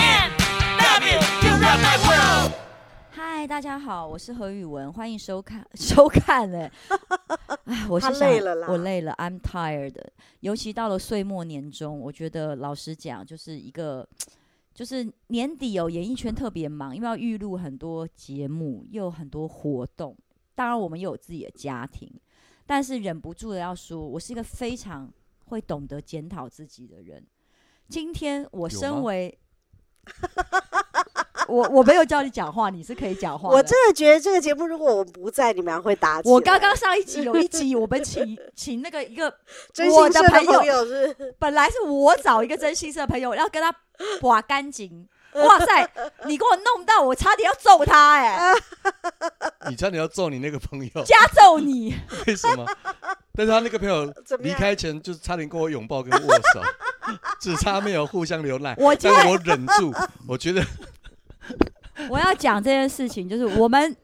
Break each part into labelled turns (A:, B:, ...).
A: and W, you rock my world.
B: 嗨，大家好，我是何宇文，欢迎收看 收看哎、 哎，我是
C: 他
B: 想
C: 累了啦
B: 我累了，I'm tired。尤其到了岁末年终，我觉得老实讲，就是一个。就是年底哦，演艺圈特别忙，因为要预录很多节目，又有很多活动。当然，我们也有自己的家庭，但是忍不住的要说，我是一个非常会懂得检讨自己的人。今天我
D: 有
B: 身
D: 吗
B: 为我我没有叫你讲话，你是可以讲话的。
C: 我真的觉得这个节目如果我不在，你们俩会打起来。
B: 我 刚刚上一集有一集，我们请 请那个一个
C: 真
B: 我
C: 心
B: 的
C: 社的
B: 朋友
C: 朋友是
B: 本来是我找一个真心社朋友，要跟他刮干净。哇塞，你给我弄到我差点要揍他哎、
D: 你差点要揍你那个朋友，
B: 加揍你！
D: 为什么？但是他那个 朋友
C: 怎么
D: 离
C: 样
D: 开前就是差点跟我拥抱跟握手， 只差没有互相流奶。
B: 我觉
D: 但
B: 得
D: 是我忍住，我觉 得
B: 我要讲这件事情，就是我们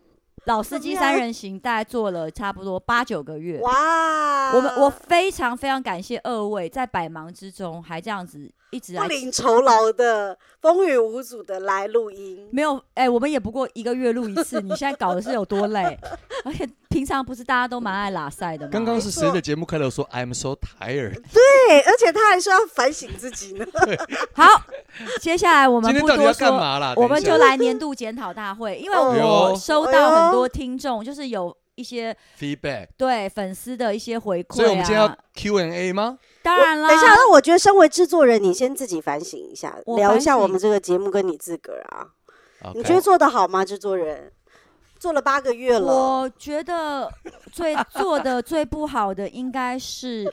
B: 老司机 三人行大概做了差不多八九个月。
C: 啊哇，
B: 我们我非常非常感谢二位在百忙之中还这样子一直
C: 不
B: 来
C: 领酬劳的，风雨无阻的来录音。
B: 没有，哎、我们也不过一个月录一次，你现在搞的是有多 累？而且平常不是大家都蛮爱拉塞的吗？
D: 刚刚是谁的节目开头说 I'm so tired？
C: 对，而且他还说要反省自己呢。
B: 好，接下来我们
D: 今天
B: 不
D: 到底要
B: 多
D: 干
B: 说，
D: 嘛啦？
B: 我们
D: 等一
B: 就
D: 下
B: 来年度检讨大会，因为
C: 哎
D: 呦
B: 我收
C: 哎
B: 到
C: 呦
B: 很多听众，就是有一些
D: feedback，
B: 对粉丝的一些回
D: 所以我
B: 馈
D: 们今天要
B: 啊。
D: Q&A 吗？
B: 当然啦，
C: 等一下，那我觉得身为制作人，你先自己反省一下，
B: 我
C: 聊一
B: 反
C: 下
B: 省
C: 我们这个节目跟你自个儿啊，你
D: OK
C: 觉得做得好吗？制作人做了八个月了，
B: 我觉得最做的最不好的应该 是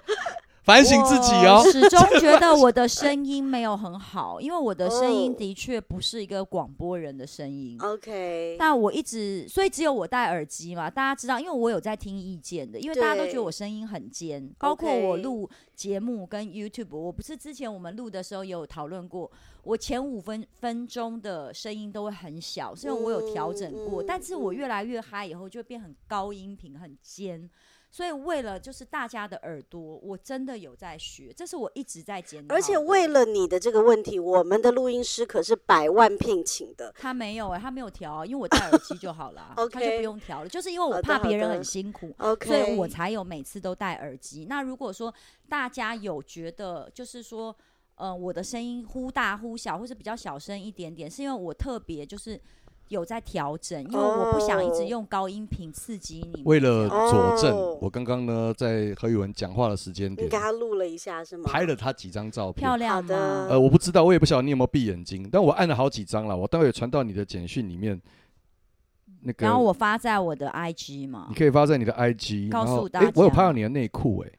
D: 反省自己哦
B: 我。始终觉得我的声音没有很好，因为我的声音
C: 哦
B: 的确不是一个广播人的声音。
C: OK，
B: 但我一直，所以只有我戴耳机嘛，大家知道，因为我有在听意见的，因为大家都觉得我声音很尖，包括我录节目跟 YouTube，我不是之前我们录的时候也有讨论过，我前五分分钟的声音都会很小，虽然我有调整过，
C: 嗯嗯
B: 但是我越来越嗨以后就变很高音频，很尖。所以为了就是大家的耳朵，我真的有在学，这是我一直在检讨的。
C: 而且为了你的这个问题，我们的录音师可是百万聘请的，
B: 他没有哎、他没有调啊、因为我戴耳机就好 了啊、他就
C: OK
B: 不用调了。就是因为我
C: 好的
B: 怕别人
C: 好的
B: 很辛苦，
C: OK，
B: 所以我才有每次都戴耳机。那如果说大家有觉得，就是说，呃，我的声音忽大忽小，或是比较小声一点点，是因为我特别就是有在调整，因为我不想一直
C: 哦
B: 用高音频刺激你们。
D: 为了佐证
C: 哦，
D: 我刚刚呢在何宇文讲话的时间
C: 你
D: 点
C: 给他录了一下是吗？啊
D: 拍了他几张照片
B: 漂。亮
C: 好的
B: 吗？
D: 呃，我不知道，我也不晓得你有没有闭眼睛，但我按了好几张了。我待会传到你的简讯里面，那个
B: 然后我发在我的 IG 嘛
D: 你，可以发在你的 IG，
B: 告
D: 然后
B: 诉大
D: 诶我有
B: 家
D: 拍到你的内裤、诶，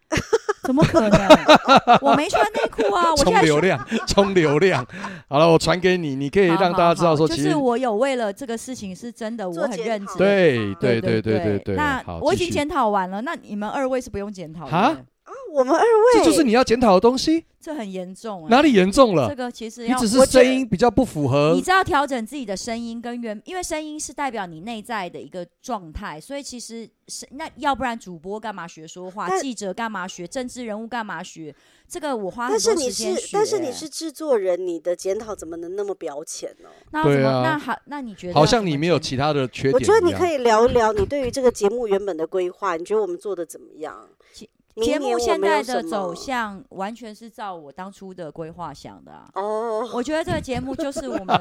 B: 怎么可能？ 我没穿内裤啊，我现
D: 冲
B: 在
D: 流量，冲流量。好了，我传给你，你可以
B: 好
D: 让
B: 好
D: 大家知道
B: 好
D: 说，
B: 就
D: 其
B: 是
D: 实
B: 我有为了这个事情是真的，我
C: 做
B: 很
C: 检
B: 认
C: 讨
B: 真。
D: 对
C: 对
D: 对对对对对。
B: 那
D: 好
B: 我已
D: 继
B: 经
D: 续
B: 检讨完了，那你们二位是不用检讨
D: 哈
B: 的，
C: 我们二位，
D: 这就是你要检讨的东西，
B: 这很严重哎。
D: 哪里严重
B: 这
D: 了？
B: 个其实
D: 你
B: 要
D: 只
C: 我
D: 是
C: 觉得
D: 声音比较不符合
B: 你。知道调整自己的声音跟原，因为声音是代表你内在的一个状态，所以其实是那要不然主播干嘛学说话，
C: 但
B: 记者干嘛学，政治人物干嘛学？这个我花很
C: 但是
B: 多时
C: 你是
B: 间学。，欸
C: 但是你是制作人，你的检讨怎么能那么表浅呢？
B: 那要怎
D: 对
B: 么？
D: 啊
B: 那好，那你觉得
D: 好
B: 要
D: 像
B: 怎么
D: 你没有
B: 检
D: 其他的缺
C: 我
D: 点一
C: 觉
D: 样。
C: 得你可以聊一聊你对于这个节目原本的规划，你觉得我们做的怎么样
B: 节？
C: 明
B: 节
C: 年
B: 目
C: 我
B: 现
C: 们有
B: 在的
C: 什么
B: 走向完全是照我当初的规划想的啊。
C: 哦，
B: 我觉得这个节目就是我 们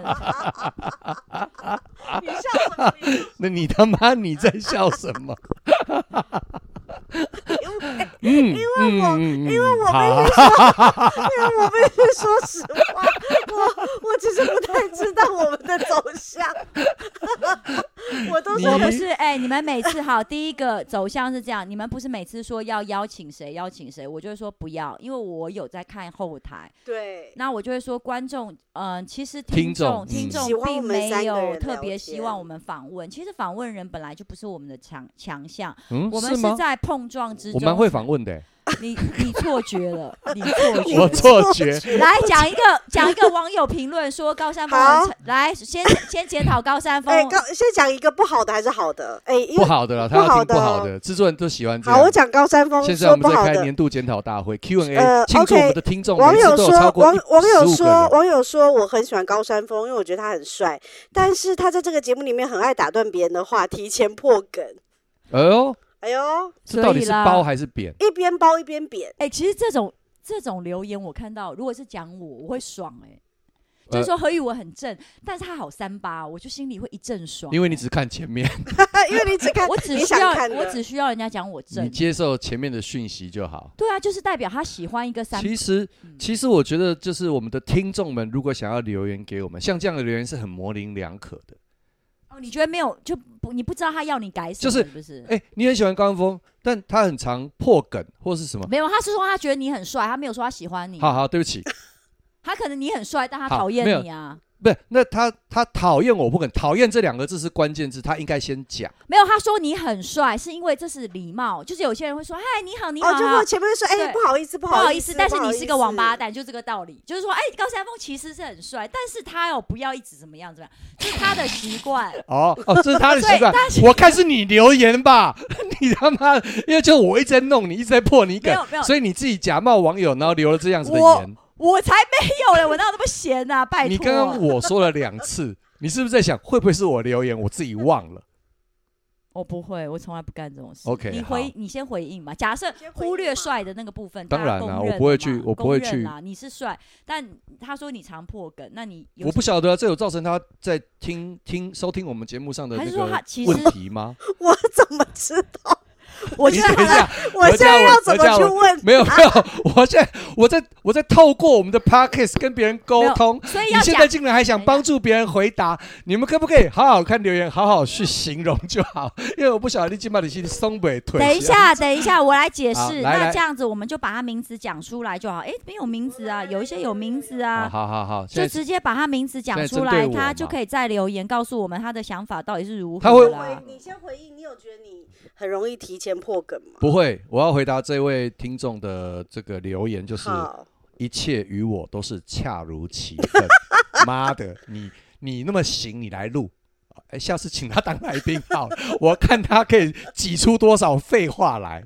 D: 啊
C: 你笑什么？
D: 那你他妈你在笑什 么？因为因为我因为我嗯好
C: 我必须说实话，我 我只是不太知道我们的走向，我都
D: 你
C: 说
B: 我不是哎、对，你们每次好，第一个走向是这样，你们不是每次说要邀请谁邀请谁，我就会说不要，因为我有在看后台，
C: 对，
B: 那我就会说观众，嗯、其实
D: 听
B: 众
D: 众
B: 听
D: 嗯
B: 众
C: 喜欢
B: 并
C: 我们
B: 没
C: 三个
B: 有
C: 人
B: 特
C: 聊
B: 别
C: 天
B: 希望我们访问，其实访问人本来就不是我们的强强项，
D: 嗯，
B: 我们
D: 吗
B: 是？在碰撞之
D: 我
B: 中。
D: 蛮会访，问的欸，
B: 你你错觉了，你错觉
D: 我
B: 了。
D: 错觉。
B: 来讲一个 讲一个网友评论说高山峰
C: 好
B: 很惨，来 先先检讨高山峰
C: 哎，，高先讲一个不好的还是好的？哎，因
D: 不
C: 为
D: 好的了，他
C: 不
D: 要
C: 好
D: 听不
C: 的
D: 好
C: 哦
D: 的，制作人都喜欢这样。
C: 好，我讲高山峰
D: 现在
C: 说
D: 我们
C: 不
D: 在
C: 好
D: 开
C: 的
D: 年。度检讨大会 Q&A，
C: 呃
D: 庆祝我们
C: OK，
D: 的听众
C: 网
D: 每次
C: 友
D: 都
C: 说
D: 有超，过
C: 网网友
D: 15个
C: 说，
D: 人
C: 网友说我很喜欢高山峰，因为我觉得他很帅，但是他在这个节目里面很爱打断别人的话，提前破梗。
D: 哎呦，
C: 哎呦，
B: 所
D: 这到底
B: 以
D: 是
B: 啦
D: 包还是扁？
C: 一边包一边扁，
B: 哎、其实这种这种留言我看到，如果是讲我，我会爽哎、就是
D: 呃
B: 说何宇文很正，但是他好三八哦，我就心里会一阵爽、
D: 因为你
B: 哎
D: 只看前面，
C: 因为你只看
B: 我只
C: 你
B: 需
C: 想
B: 要
C: 看的
B: 我只需要人家讲我
D: 你
B: 正，
D: 接受前面的讯息就好。
B: 对啊，就是代表他喜欢一个嗯三，
D: 其实，其实我觉得就是我们的听众们，如果想要留言给我们，像这样的留言是很模棱两可的。
B: 哦，你觉得没有就不你不知道他要你改什么，
D: 就是
B: 是不是？
D: 哎，你很喜欢高文峰，但他很常破梗或是什么。
B: 没有，他是说他觉得你很帅，他没有说他喜欢你。
D: 好好，对不起，
B: 他可能你很帅，但他
D: 好
B: 讨
D: 没
B: 厌
D: 有
B: 你啊。
D: 不是，那他他讨厌我破梗，讨厌这两个字是关键字，他应该先讲。
B: 没有，他说你很帅，是因为这是礼貌。就是有些人会说：“嗨，你好，你好。
C: 哦，
B: 你
C: 就
B: 好
C: 我前面说，哎，
B: 啊对
C: 不好意思，不
B: 不好
C: 意
B: 意思，但是
C: 不好
B: 你
C: 意
B: 是个王八
C: 思，
B: 蛋，就这个道理。就是说，哎、高山峰其实是很帅，但是他哦，不要一直怎么样怎么样，这是他的习惯。
D: 哦哦，这是他 的
B: 所以
D: 习惯。
B: 但是
D: 我看是你留言吧， 你他妈，因为就我一直在弄你，一直在破你
B: 没
D: 梗
B: 有没有，
D: 所以你自己假冒网友，然后留了这样子的
B: 我啊
D: 言。
B: 我才没有嘞，我哪有那么闲呐、拜托，
D: 你刚刚我说了两次， 你是不是在想会不会是我留言，我自己忘了？
B: 我不会，我从来不干这种事。
D: OK，
B: 你
D: 好
B: 回你先回应嘛。假设
C: 先回应
B: 忽略
C: 嘛
B: 帅的那个部分，
D: 当
B: 大家
D: 然啦
B: 公
D: 我
B: 认
D: 不会
B: 了
D: 去
B: 嘛
D: 我不
B: 公
D: 会
B: 认
D: 去
B: 啦。你是帅，但他说你常破梗，那你有
D: 我不
B: 什
D: 晓得这有造成他在听听收听我们节目上的
B: 还
D: 那
B: 是说他
D: 个
B: 其实
D: 问题吗？
C: 我怎么知
B: 么
C: 道？
B: 我觉
D: 你等一
B: 得
D: 下，
C: 我现在要怎么去问？
D: 没有没 有，我现在我在我在透过我们的 podcast 跟别人沟通。
B: 所以
D: 你
B: 哎要
D: 现
B: 讲
D: 在竟然还想帮助别人回答，你们可不可以好好看留言，好好去形容就好？ 因为我不晓得你今把你心里松北腿。
B: 等一，下，等一下，我来解
D: 好
B: 释。
D: 来
B: 那
D: 来
B: 这样子，我们就把他名字讲出来就好。诶，没有名字啊，有一些有名字
D: 好
B: 啊，
D: 好好好，
B: 就
D: 现在
B: 直接把他名字讲
D: 现在
B: 出
D: 针对
B: 来，
D: 我
B: 他
D: 嘛
B: 就可以再留言告诉我们他的想法到底是如
D: 他
B: 何
D: 会
B: 啦。
C: 你先回应，你有觉得你很容易提前破梗吗？
D: 不会，我要回答这位听众的这个留言，就是
C: 好，
D: 一切与我都是恰如其 分。妈的，你你那么行，你来录。哎，下次请他当来宾好了， 我看他可以挤出多少废话来。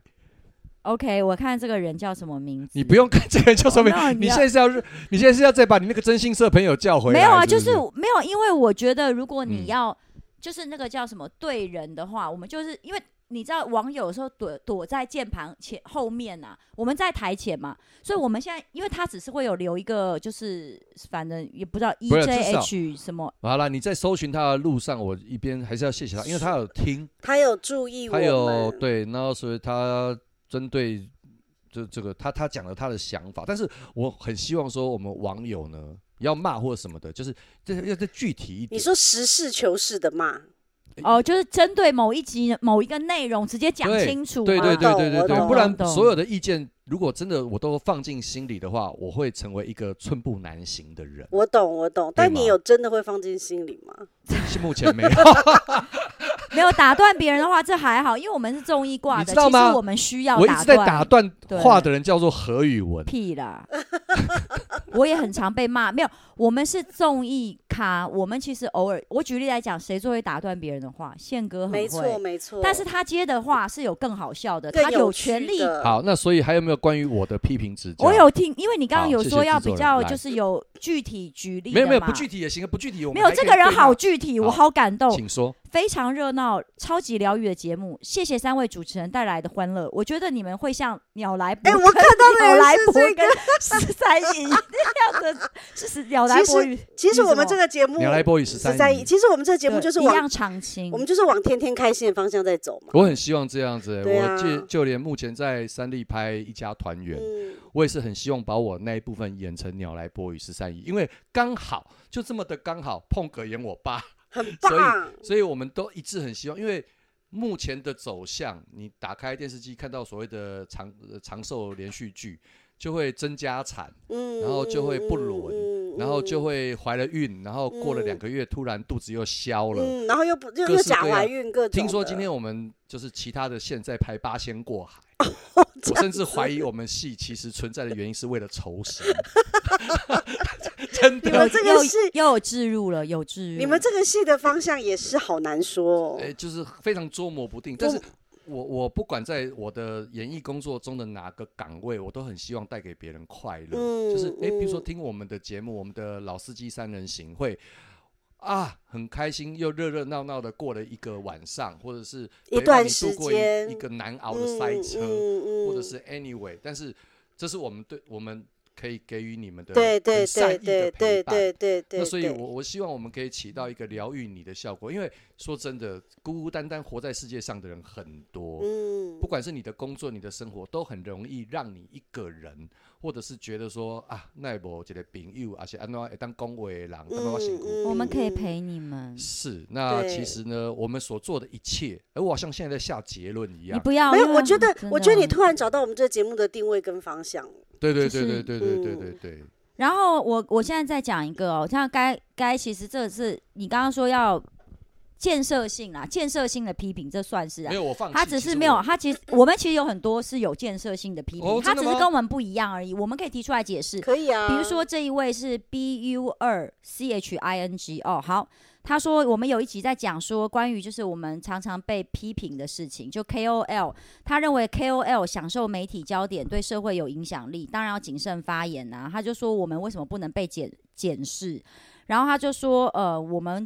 B: OK，我看这个人叫什么名字？
D: 你不用看这个人叫什么名
B: 哦那
D: 字，
B: 你
D: 你
B: 要
D: 现在是要，你现在是要再把你那个真心社朋友叫回来？
B: 没有啊，
D: 是
B: 就
D: 不
B: 是没有，因为我觉得如果你
D: 嗯
B: 要、就是那个叫什么对人的话，我们就是因为你知道网友有时候躲躲在键盘前后面呐、我们在台前嘛，所以我们现在因为他只是会有留一个就是反正也不知道 E
D: 不是
B: J H 什么，
D: 好了，你在搜寻他的路上，我一边还是要谢谢他，因为他有听，
C: 他有注意我
D: 他
C: 们，
D: 有对，然后所以他针对这这个他他讲了他的想法，但是我很希望说我们网友呢要骂或什么的，就是这要再具体一
C: 你
D: 点。
C: 说实事求是的骂，
B: 哦，就是针对某一集某一个内容直接讲
D: 对
B: 清楚嘛，
D: 对对对
C: 懂
D: 对对
C: 我
D: 对，
C: 懂
D: 不然
B: 懂
D: 所有的意见如果真的我都放进心里的话，我会成为一个寸步难行的 人。
C: 我懂我懂，但
D: 吗
C: 你有真的会放进心里吗？
D: 目前没有。
B: 没有打断别人的话，这还好，因为我们是综艺挂
D: 你
B: 的，
D: 知道
B: 其
D: 吗
B: 实我们需要
D: 我一直在打断
B: 对
D: 话的人叫做何宇文。
B: 屁啦！ 我也很常被骂，没有，我们是综艺咖，我们其实偶尔，我举例来讲，谁最会打断别人的话？宪哥很
C: 没错
B: 会，
C: 没错，
B: 但是他接的话是有更好笑的，
C: 更
B: 他
C: 有趣
B: 权利。
C: 的，
D: 好，那所以还有没有关于我的批评指教？
B: 我，有听，因为你刚刚
D: 好
B: 有
D: 谢
B: 说
D: 谢
B: 要
D: 制作
B: 比
D: 人
B: 较，
D: 来
B: 就是有具体举例，
D: 没有没有不具，体也行，不具体我
B: 没
D: 们
B: 有
D: 还
B: 这
D: 可以
B: 个人
D: 对话
B: 好具体，我
D: 好
B: 好感动。
D: 请说。
B: 非常热闹、超级疗愈的节目，谢谢三位主持人带来的欢乐。我觉得你们会像鸟来伯
C: 哎
B: 跟，
C: 我看到 的
B: 鸟
C: 人
B: 来
C: 是
B: 伯
C: 这
B: 跟十三 姨那样的，是是鸟来伯与
C: 其实我们
B: 你
C: 这
B: 什
C: 个节目
D: 鸟来 boy 十
C: 十
D: 三
C: 三
D: 姨
C: 亿，，其实我们这个节目
B: 对
C: 就是
B: 一样
C: 往
B: 长青
C: 我。们就是往天天开心的方向在走嘛。
D: 我很希望这样子、
C: 对啊
D: 我就就连目前在三立拍一家团圆，
C: 嗯，
D: 我也是很希望把我那一部分演成鸟来播与十三姨，因为刚好就这么的刚好碰葛演我爸，
B: 嗯
C: 很
D: 所以
C: 棒。
D: 所以我们都一致很希望，因为目前的走向，你打开电视机看到所谓的长、呃长寿连续剧，就会增加产，
C: 嗯，
D: 然后就会不伦
C: 伦
D: 然后
B: 嗯
D: 就会怀了孕，然后过了两个月，突然肚子又消了。
C: 嗯，然后又不又
D: 各
C: 又
D: 式
C: 假
D: 各样
C: 怀孕各种的。
D: 听说今天我们就是其他的县在拍《八仙过 海》
C: 这
D: 我
C: 样
D: 甚至怀疑我们系其实存在的原因是为了酬 神，真
C: 你们
D: 的。
C: 这个
B: 又
C: 是
B: 又有置入了，有置入。
C: 你们这个戏的方向也是好难说、哦。
D: 哎，就是非常捉摸不定。但是我我不管在我的演艺工作中的哪个岗位，我都很希望带给别人快乐。
C: 嗯
D: 就是哎，比如说听我们的节目，我们的老司机三人行会。啊，很开心，又热热闹闹的过了一个晚上，或者是
C: 一
D: 陪伴
C: 段
D: 你
C: 时
D: 度过
C: 间
D: 一一个难熬的塞车，
C: 嗯
D: 或者是 anyway，但是这是我们对我们可以给予你们的
C: 对对
D: 很善
C: 对
D: 意的
C: 对
D: 陪
C: 对
D: 伴
C: 对对对，
D: 那所以
C: 对
D: 我，我希望我们可以起到一个疗愈你的效果，因为说真的，孤孤单单活在世界上的人很多，
C: 嗯
D: 不管是你的工作、你的生活，都很容易让你一个人，或者是觉得说啊，奈我一个朋友，而且安诺当恭维
C: 嗯
D: 人，安诺辛苦。
B: 我们可以陪你们，
D: 是，那
C: 对
D: 其实呢，我们所做的一切，而我好像现在在下结论一
B: 你
D: 样。
B: 不要。
C: 没有，
B: 因为
C: 我觉得
B: 哦真，的哦
C: 我觉得你突然找到我们这个节目的定位跟方向了，
D: 对对
B: 就
D: 对对
B: 是
D: 对对对对
C: 嗯
D: 对，
B: 然后我我现在再讲一个哦，像该该其实这是你刚刚说要建设性啦，建设性的批评，这算是啊
D: 没。有我放弃。
B: 他只
D: 其
B: 是
D: 实
B: 没有，
D: 我
B: 他其实我们其实有很多是有建设性的批评，
D: 哦
B: 他
D: 真的
B: 只是
D: 吗
B: 跟我们不一样而已。我们可以提出来解释，
C: 可以啊。
B: 比如说这一位是 B U 二 C H I N G 哦，好，他说我们有一集在讲说关于就是我们常常被批评的事情，就 K O L，他认为 K O L 享受媒体焦点对社会有影响力，当然要谨慎发言呐、他就说我们为什么不能被检检视？然后他就说呃我们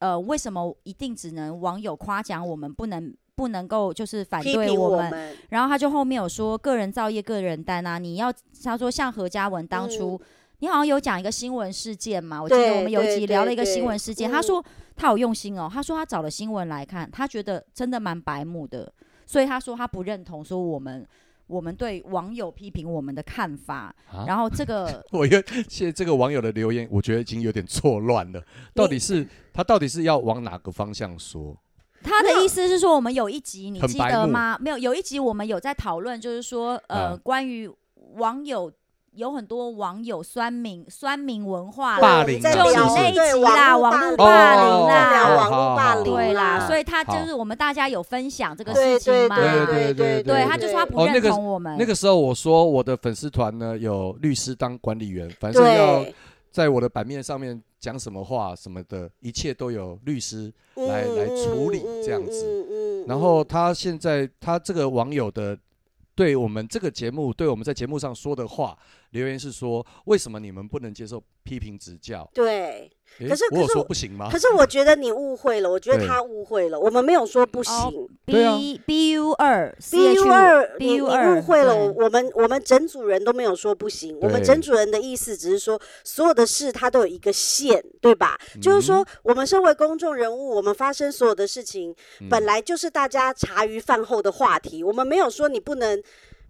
B: 呃为什么一定只能网友夸奖我们，不能不能够就是反
C: 批
B: 对
C: 评
B: 我们？
C: 们，
B: 然后他就后面有说个人造业个人担啊，你要他说像何嘉文当初、你好像有讲一个新闻事件嘛，我记
C: 嗯对
B: 得我们有一
C: 对
B: 集聊
C: 对
B: 了一个新闻事件，
C: 对
B: 他
C: 嗯
B: 说他有用心哦，他说他找了新闻来看，他觉得真的蛮白目的，所以他说他不认同说我们我们对网友批评我们的看法，
D: 啊
B: 然后这 个
D: 我又现在这个网友的留言，我觉得已经有点错乱了。到底是他到底是要往哪个方向说？
B: 他
C: 没有
B: 的意思是说我们有一集你
D: 很
B: 记
D: 白
B: 得
D: 目
B: 吗？没有，有一集我们有在讨论，就是说呃、
D: 啊
B: 关于网友。有很多网友酸民酸民文化啦
D: 霸
C: 对我们
D: 凌
C: 在
D: 啊
B: 就你
C: 聊
B: 那一
C: 对
B: 集
C: 网
B: 啦，
C: 络
B: 网
C: 霸
B: 络霸凌
C: 凌
D: 哦
C: 在聊
B: 啦，
C: 网络霸凌
B: 对啦，所
C: 以
B: 以他就是我们大家有分享这个
C: 对
B: 事情
C: 对
B: 嘛，
D: 对
B: 对，
D: 对对对
B: 他就说他
D: 哦
B: 不
D: 那
B: 认
D: 个
B: 同我
C: 哎
B: 们，
D: 那个时候我说我的粉丝团呢有律师当管理员，反正要在我的版面上面讲什么话什么的，一切都有律师。来
C: 嗯
D: 来处理这样子
C: 子
D: 然后他现在他这个网友的对我们这个节目，对我们在节目上说的话留言是说，为什么你们不能接受批评指教？
C: 对，
D: 诶
C: 可是
D: 我有
C: 可是
D: 说
C: 我
D: 不行吗
C: 可？是我觉得你误会了，我觉得
D: 啊对
C: 他误会了，我们没有说不
B: 哦
C: 行。
D: 对啊
B: B B U 二
C: B U 二，你你
B: U
C: 误
B: 二
C: 会了。我们我们整组人都没有说不行，我们
D: 对
C: 整组人的意思只是说，所有的事它都有一个线，对吧？就是
D: 嗯
C: 说，我们身为公众人物，我们发生所有的事情，
D: 嗯
C: 本来就是大家茶余饭后的话题。我们没有说你不能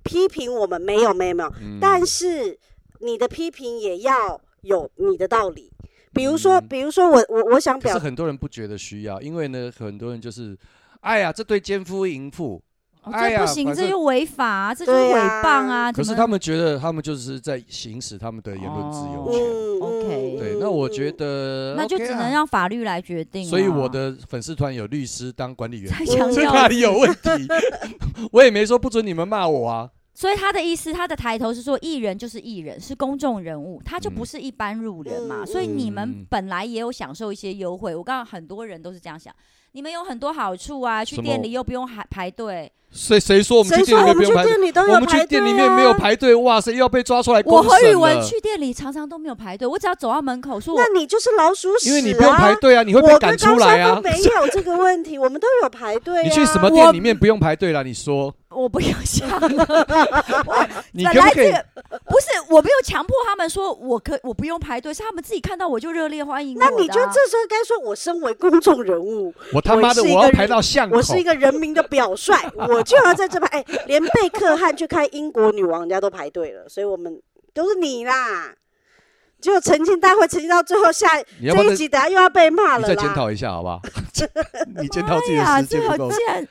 C: 批评我们，没有没有没有，
D: 嗯
C: 但是你的批评也要有你的道理。比如说，比如说我我我想
D: 嗯可
C: 表
D: 是很多人不觉得需要，因为呢，很多人就是，哎呀，这对奸夫淫妇，
B: 哦
D: 哎
B: 这
D: 呀，
B: 不行，
D: 反
B: 这
D: 正
B: 就违法啊，这就是
C: 对
B: 诽
C: 啊
B: 谤啊，
D: 可
B: 怎
D: 是
B: 么
D: 他们觉得他们就是在行使他们的言论自由权。
C: 嗯
B: OK
D: 对，那我觉
C: 得。
D: 得
B: 那就
D: OK
B: 只
D: 啊
B: 能让法律来决定啊，
D: 所以我的粉丝团有律师当管理员，
B: 在
C: 嗯
B: 强
D: 这
B: 调
D: 哪里有问题？ 我也没说不准你们骂我啊。
B: 所以他的意思，他的抬头是说，艺人就是艺人，是公众人物，他就
D: 嗯
B: 不是一般路人嘛。
C: 嗯
B: 所以你们
D: 嗯
B: 本来也有享受一些优惠，我告诉很多人都是这样想，你们有很多好处啊，去
D: 什么
B: 店里又不用排排队。
D: 谁谁说我们
C: 谁
D: 去
C: 说
D: 店里
C: 我
D: 面不
C: 们去
D: 用排队？
C: 店里都
D: 我
C: 有
D: 们
C: 排
D: 去
C: 队
D: 店
C: 啊？
D: 里面没有排队，哇塞，又要被抓出来公
B: 我
D: 审了。
B: 和宇文去啊店里常常都没有排队，我只要走到门口说我
C: 那你就是老鼠屎、啊，
D: 因为你不用排队啊，你会被赶出来啊
C: 我跟高山峰。没有这个问题，我们都有排队、啊。
D: 你去什么店里面不用排队啦？你说，
B: 我不 用想，本
D: 你可不
B: 来
D: 可
B: 这
D: 以？
B: 个不是我没有强迫他们说我可我不用排队，是他们自己看到我就热烈欢迎我的
C: 那
B: 啊、
C: 你就这时候该说，我身为公众人物，
D: 我他妈
C: 我
D: 的，
C: 是一个
D: 我要排到巷口
C: 我。是一个人民的表 率，我就要在这排。哎、连贝克汉去看英国女王，人家都排队了，所以我们都是你啦。结果澄清大会澄清到最后下
D: 你要不
C: 这
D: 要再
C: 一集，等下又要被骂
D: 你
C: 了
D: 再检
C: 啦。
D: 讨一下，好不好？ 你检讨自己的
B: 呀，
D: 时
B: 这
D: 间
B: 好
D: 不够。
B: 贱！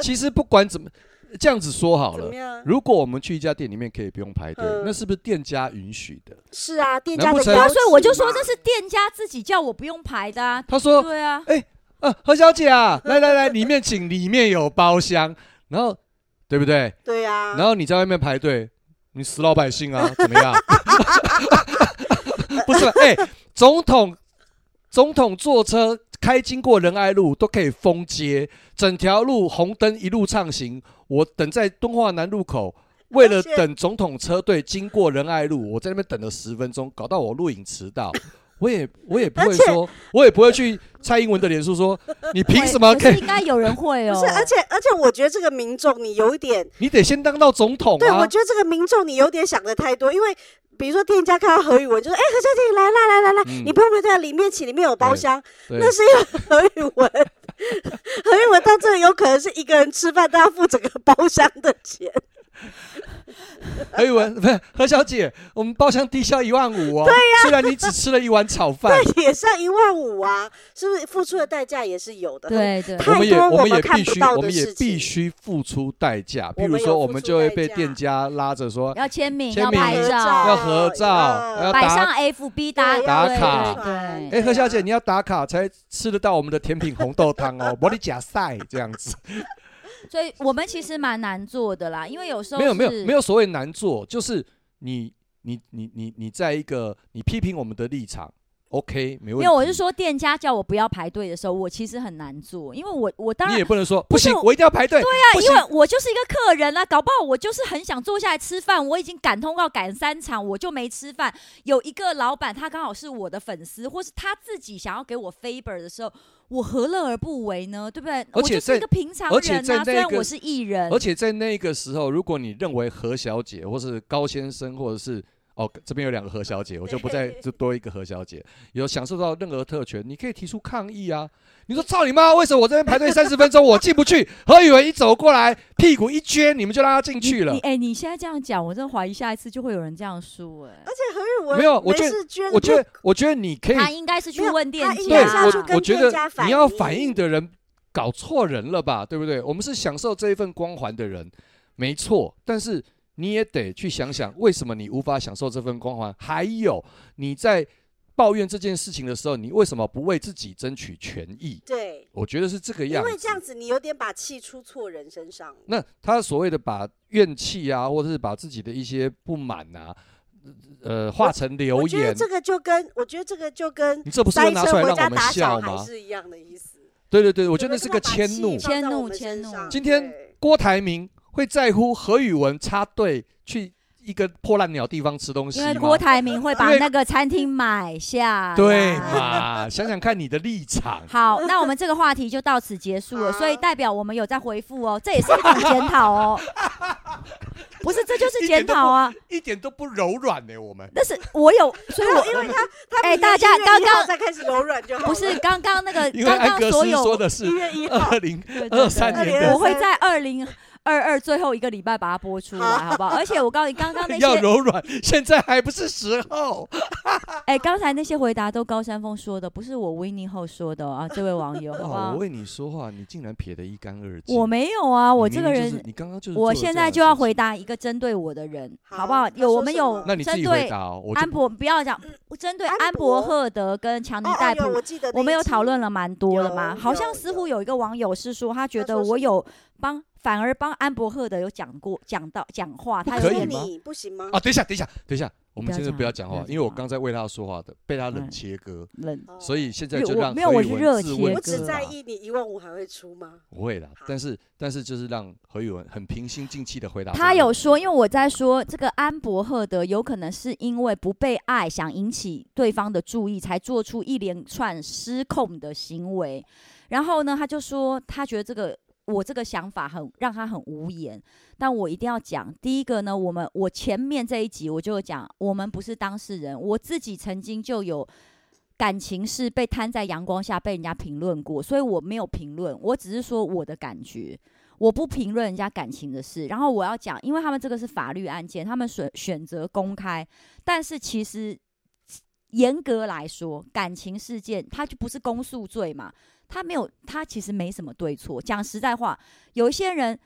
D: 其实不管怎么这样子说好
C: 怎
D: 了
C: 么，样？
D: 如果我们去一家店里面可以不用排队，
C: 嗯
D: 那是不是店家允许的？
C: 是啊，店
D: 难
C: 家
D: 不
C: 的
D: 成
B: 对啊，
C: 要
B: 所以我就
C: 求
B: 说
C: 嘛
B: 这是店家自己叫我不用排的啊。
D: 他
C: 嗯
D: 说
B: 对啊，
D: 啊，何小姐啊，来来来，里面请，里面有包厢，然后对不对？
C: 对啊，
D: 然后你在外面排队，你死老百姓啊， 怎么样？不是啦，哎、总统总统坐车开经过仁爱路都可以封街，整条路红灯一路畅行。我等在敦化南路口，为了
C: 而且
D: 等总统车队经过仁爱路，我在那边等了十分钟，搞到我录影迟到。我也我也不会
C: 而且
D: 说，我也不会去蔡英文的脸书说，你凭什么
B: 可
D: 可
B: 是
D: 以？
B: 应该有人会哦。
C: 不是，而且而且我觉得这个民众你有一点，
D: 你得先当到总统
C: 对我
D: 啊！
C: 觉得这个民众你有点想的太多，因为。比如说，店家看到何宇文就说：“哎、何小姐，你来啦，来来来，
D: 嗯
C: 你不用排队啊，里面请，里面有包
D: 对
C: 厢。”
D: 对
C: 那是因为何宇文，何宇文他这有可能是一个人吃饭，他要付整个包厢的 钱。
D: 何宇哎文不是何小姐，我们包厢低消一万五哦。对呀、虽然你只吃了一碗炒饭，
C: 那也是要一万五啊，是不是？付出的代价也是有的。
B: 对 对，
C: 太
D: 我们也
C: 多
D: 们
C: 我
D: 也
C: 们看
D: 必
C: 不
D: 须，
C: 到
D: 我
C: 的
D: 们也
C: 事
D: 必
C: 情
D: 须付出代价。譬
C: 我
D: 如
C: 们有
D: 说，
C: 付
D: 我们
C: 出
D: 就会
C: 代
D: 被
C: 价哎
D: 店家拉着说
B: 要签名，
D: 签
B: 要
D: 名
B: 拍
C: 合
B: 照，
D: 要合照，
C: 要
D: 要
B: 摆上
D: 打。
B: FB 打
C: 对
D: 打
B: 对
D: 卡
B: 对
C: 啊
D: 哎，
B: 对，
D: 何小姐，你要打卡才吃得到我们的甜品红豆 汤哦，玻璃假赛这样子。
B: 所以我们其实蛮难做的啦，因为有时候
D: 没有没有
B: 是
D: 没有所谓难做，就是你你你你你在一个你批评我们的立场，OK，没问题。
B: 没有，我是，说店家叫我不要排队的时候，我其实很难做，因为我我当
D: 你
B: 然
D: 也不能说
B: 不
D: 不
B: 是
D: 行，
B: 我
D: 我一定要排队。对啊
B: 对因为我就是一个客人啊，搞不好我就是很想坐下来吃饭，我已经赶通告赶三场，我就没吃饭。有一个老板，他刚好是我的粉丝，或是他自己想要给我 favor 的时候，我何乐而不为呢？对不对？
D: 而
B: 我
D: 且
B: 就是
D: 在
B: 一个平常
D: 而且
B: 人
D: 在
B: 啊，
D: 那
B: 虽然
D: 个
B: 我是艺人
D: 而，且在那个时候，如果你认为何小姐或是高先生，或者是哦这边有两个何小姐，我就不再就多一个何小姐，有享受到任何特权，你可以提出抗议啊！你说操你妈，为什么我这边排队三十分钟我进不去？何以为一走过来，屁股一撅，你们就让他进去了
B: 你？哎、你现在这样讲，我真的怀疑下一次就会有人这样说、哎
C: 而，且何宇文
D: 没有我觉得
C: 得捐，
D: 我觉得，我觉得你可以
B: 他应该是去
C: 没有
B: 问店
C: 他应
B: 家
D: 对
C: 该是要去
B: 啊。
D: 我，
C: 跟
D: 我觉
C: 店家
D: 得
C: 反
D: 你要
C: 映
D: 反应的人搞错人了吧，对不对？我们是享受这一份光环的人，没错，但是你也得去想想，为什么你无法享受这份光环？还有你在抱怨这件事情的时候，你为什么不为自己争取权益？
C: 对，
D: 我觉得是这个
C: 因
D: 样
C: 为这
D: 子。
C: 样子你有点把气出错人身上了。
D: 那他所谓的把怨气啊，或者是把自己的一些不满啊，呃，化成
C: 我
D: 留
C: 觉得
D: 言，
C: 这个就跟我觉得这个就跟
D: 你这不是又
C: 塞
D: 拿
C: 车
D: 出来
C: 回
D: 让
C: 家
D: 我们
C: 打小
D: 笑
C: 孩
D: 吗？
C: 是一样的意思。
D: 对对对，我
C: 我
D: 觉得那是个迁怒。
B: 迁怒迁怒
D: 今天郭台铭会在乎何宇文插队去一个破烂鸟地方吃东西
B: 因
D: 吗？
B: 为郭台铭啊会
D: 因
B: 把
D: 为
B: 那个餐厅买下来，
D: 对 嘛？想想看你的立场，
B: 好，那我们这个话题就到此结束了，
C: 好
B: 所以代表我们有在回复哦，这也是一种检讨哦，不是，这就是检讨啊，
D: 一点都不柔软呢、我们
B: 但是我有，所以我
C: 因为他他
B: 哎
C: 们
B: 大家刚刚
C: 才开始柔软就好了，
B: 不是刚刚那个
D: 因为
B: 刚
D: 安
B: 刚
D: 格
B: 所
D: 斯
B: 有
D: 说的
C: 一
D: 是
C: 月一号
D: 二零
B: 对对对
D: 二三年
C: 2023
D: 的
B: 我会在二零二二最后一个礼拜把它播出来，好不好？而且我告诉你，刚刚那
D: 要
B: 些
D: 柔软，现在还不是时候。
B: 哎，刚才那些回答都高山峰说的，不是我 Winnie 后说的哦啊，这位网友，好不
D: 哦，
B: 好
D: 我？为你说话，你竟然撇得一干二净。
B: 我没有啊，
D: 你
B: 我
D: 明
B: 这个
D: 明就
B: 人
D: 是你刚刚就是做
B: 我
D: 了这
B: 现
D: 样
B: 在
D: 的
B: 就要
D: 事情
B: 回，答一个针对我的人，
C: 好
B: 好不好？
C: 他
B: 有我
C: 说
B: 们
C: 什
B: 有
C: 么
D: 那你自
B: 针
D: 己回
B: 对
D: 答哦。我就
B: 安博，不要讲针对
C: 安
B: 安博
C: 博
B: 赫德跟强尼
C: 哦
B: 戴
C: 哦有
B: 普
C: 我，记得那
B: 我们
C: 一
B: 有
C: 集
B: 讨论了蛮多了嘛。
C: 有
B: 好像
C: 有
B: 似乎
C: 有
B: 有一个网友是说，他觉
C: 他
B: 得
C: 说
B: 我
C: 什
B: 有帮，反而帮安博赫德有讲过讲到讲话，他
D: 可
B: 有
D: 以
B: 说
D: 吗
C: 你不行吗？
D: 啊，等一下，等一下，等一下，我
B: 你
D: 们
B: 不要
D: 现在
B: 讲
D: 不要
B: 话不
D: 讲
B: 要
D: 话，
B: 讲
D: 因为我
B: 话
D: 刚才为他说话的，被他冷
B: 嗯
D: 切割，
B: 冷。
C: 哦
D: 所以现在
B: 因为
D: 就
B: 我
D: 让
B: 没有
D: 何
B: 我
D: 宇
B: 是
D: 文
B: 热
D: 自
B: 切
D: 问
B: 割
C: 我
D: 自
C: 只
B: 哥
D: 答
C: 在意你一万五还会出吗？
D: 不会啦，但是但是就是让何宇文很平心静气的回答这个问
B: 他
D: 题。
B: 有说，因为我在说这个安博赫德有可能是因为不被爱，想引起对方的注意，才做出一连串失控的行为。然后呢，他就说他觉得这个我这个想法很让他很无言，但我一定要讲。第一个呢，我们我前面这一集我就有讲，我们不是当事人，我自己曾经就有。感情是被摊在阳光下被人家评论过，所以我没有评论，我只是说我的感觉。我不评论人家感情的事，然后我要讲，因为他们这个是法律案件，他们选选择公开，但是其实严格来说，感情事件它就不是公诉罪嘛，它没有，它其实没什么对错。讲实在话，有一些人，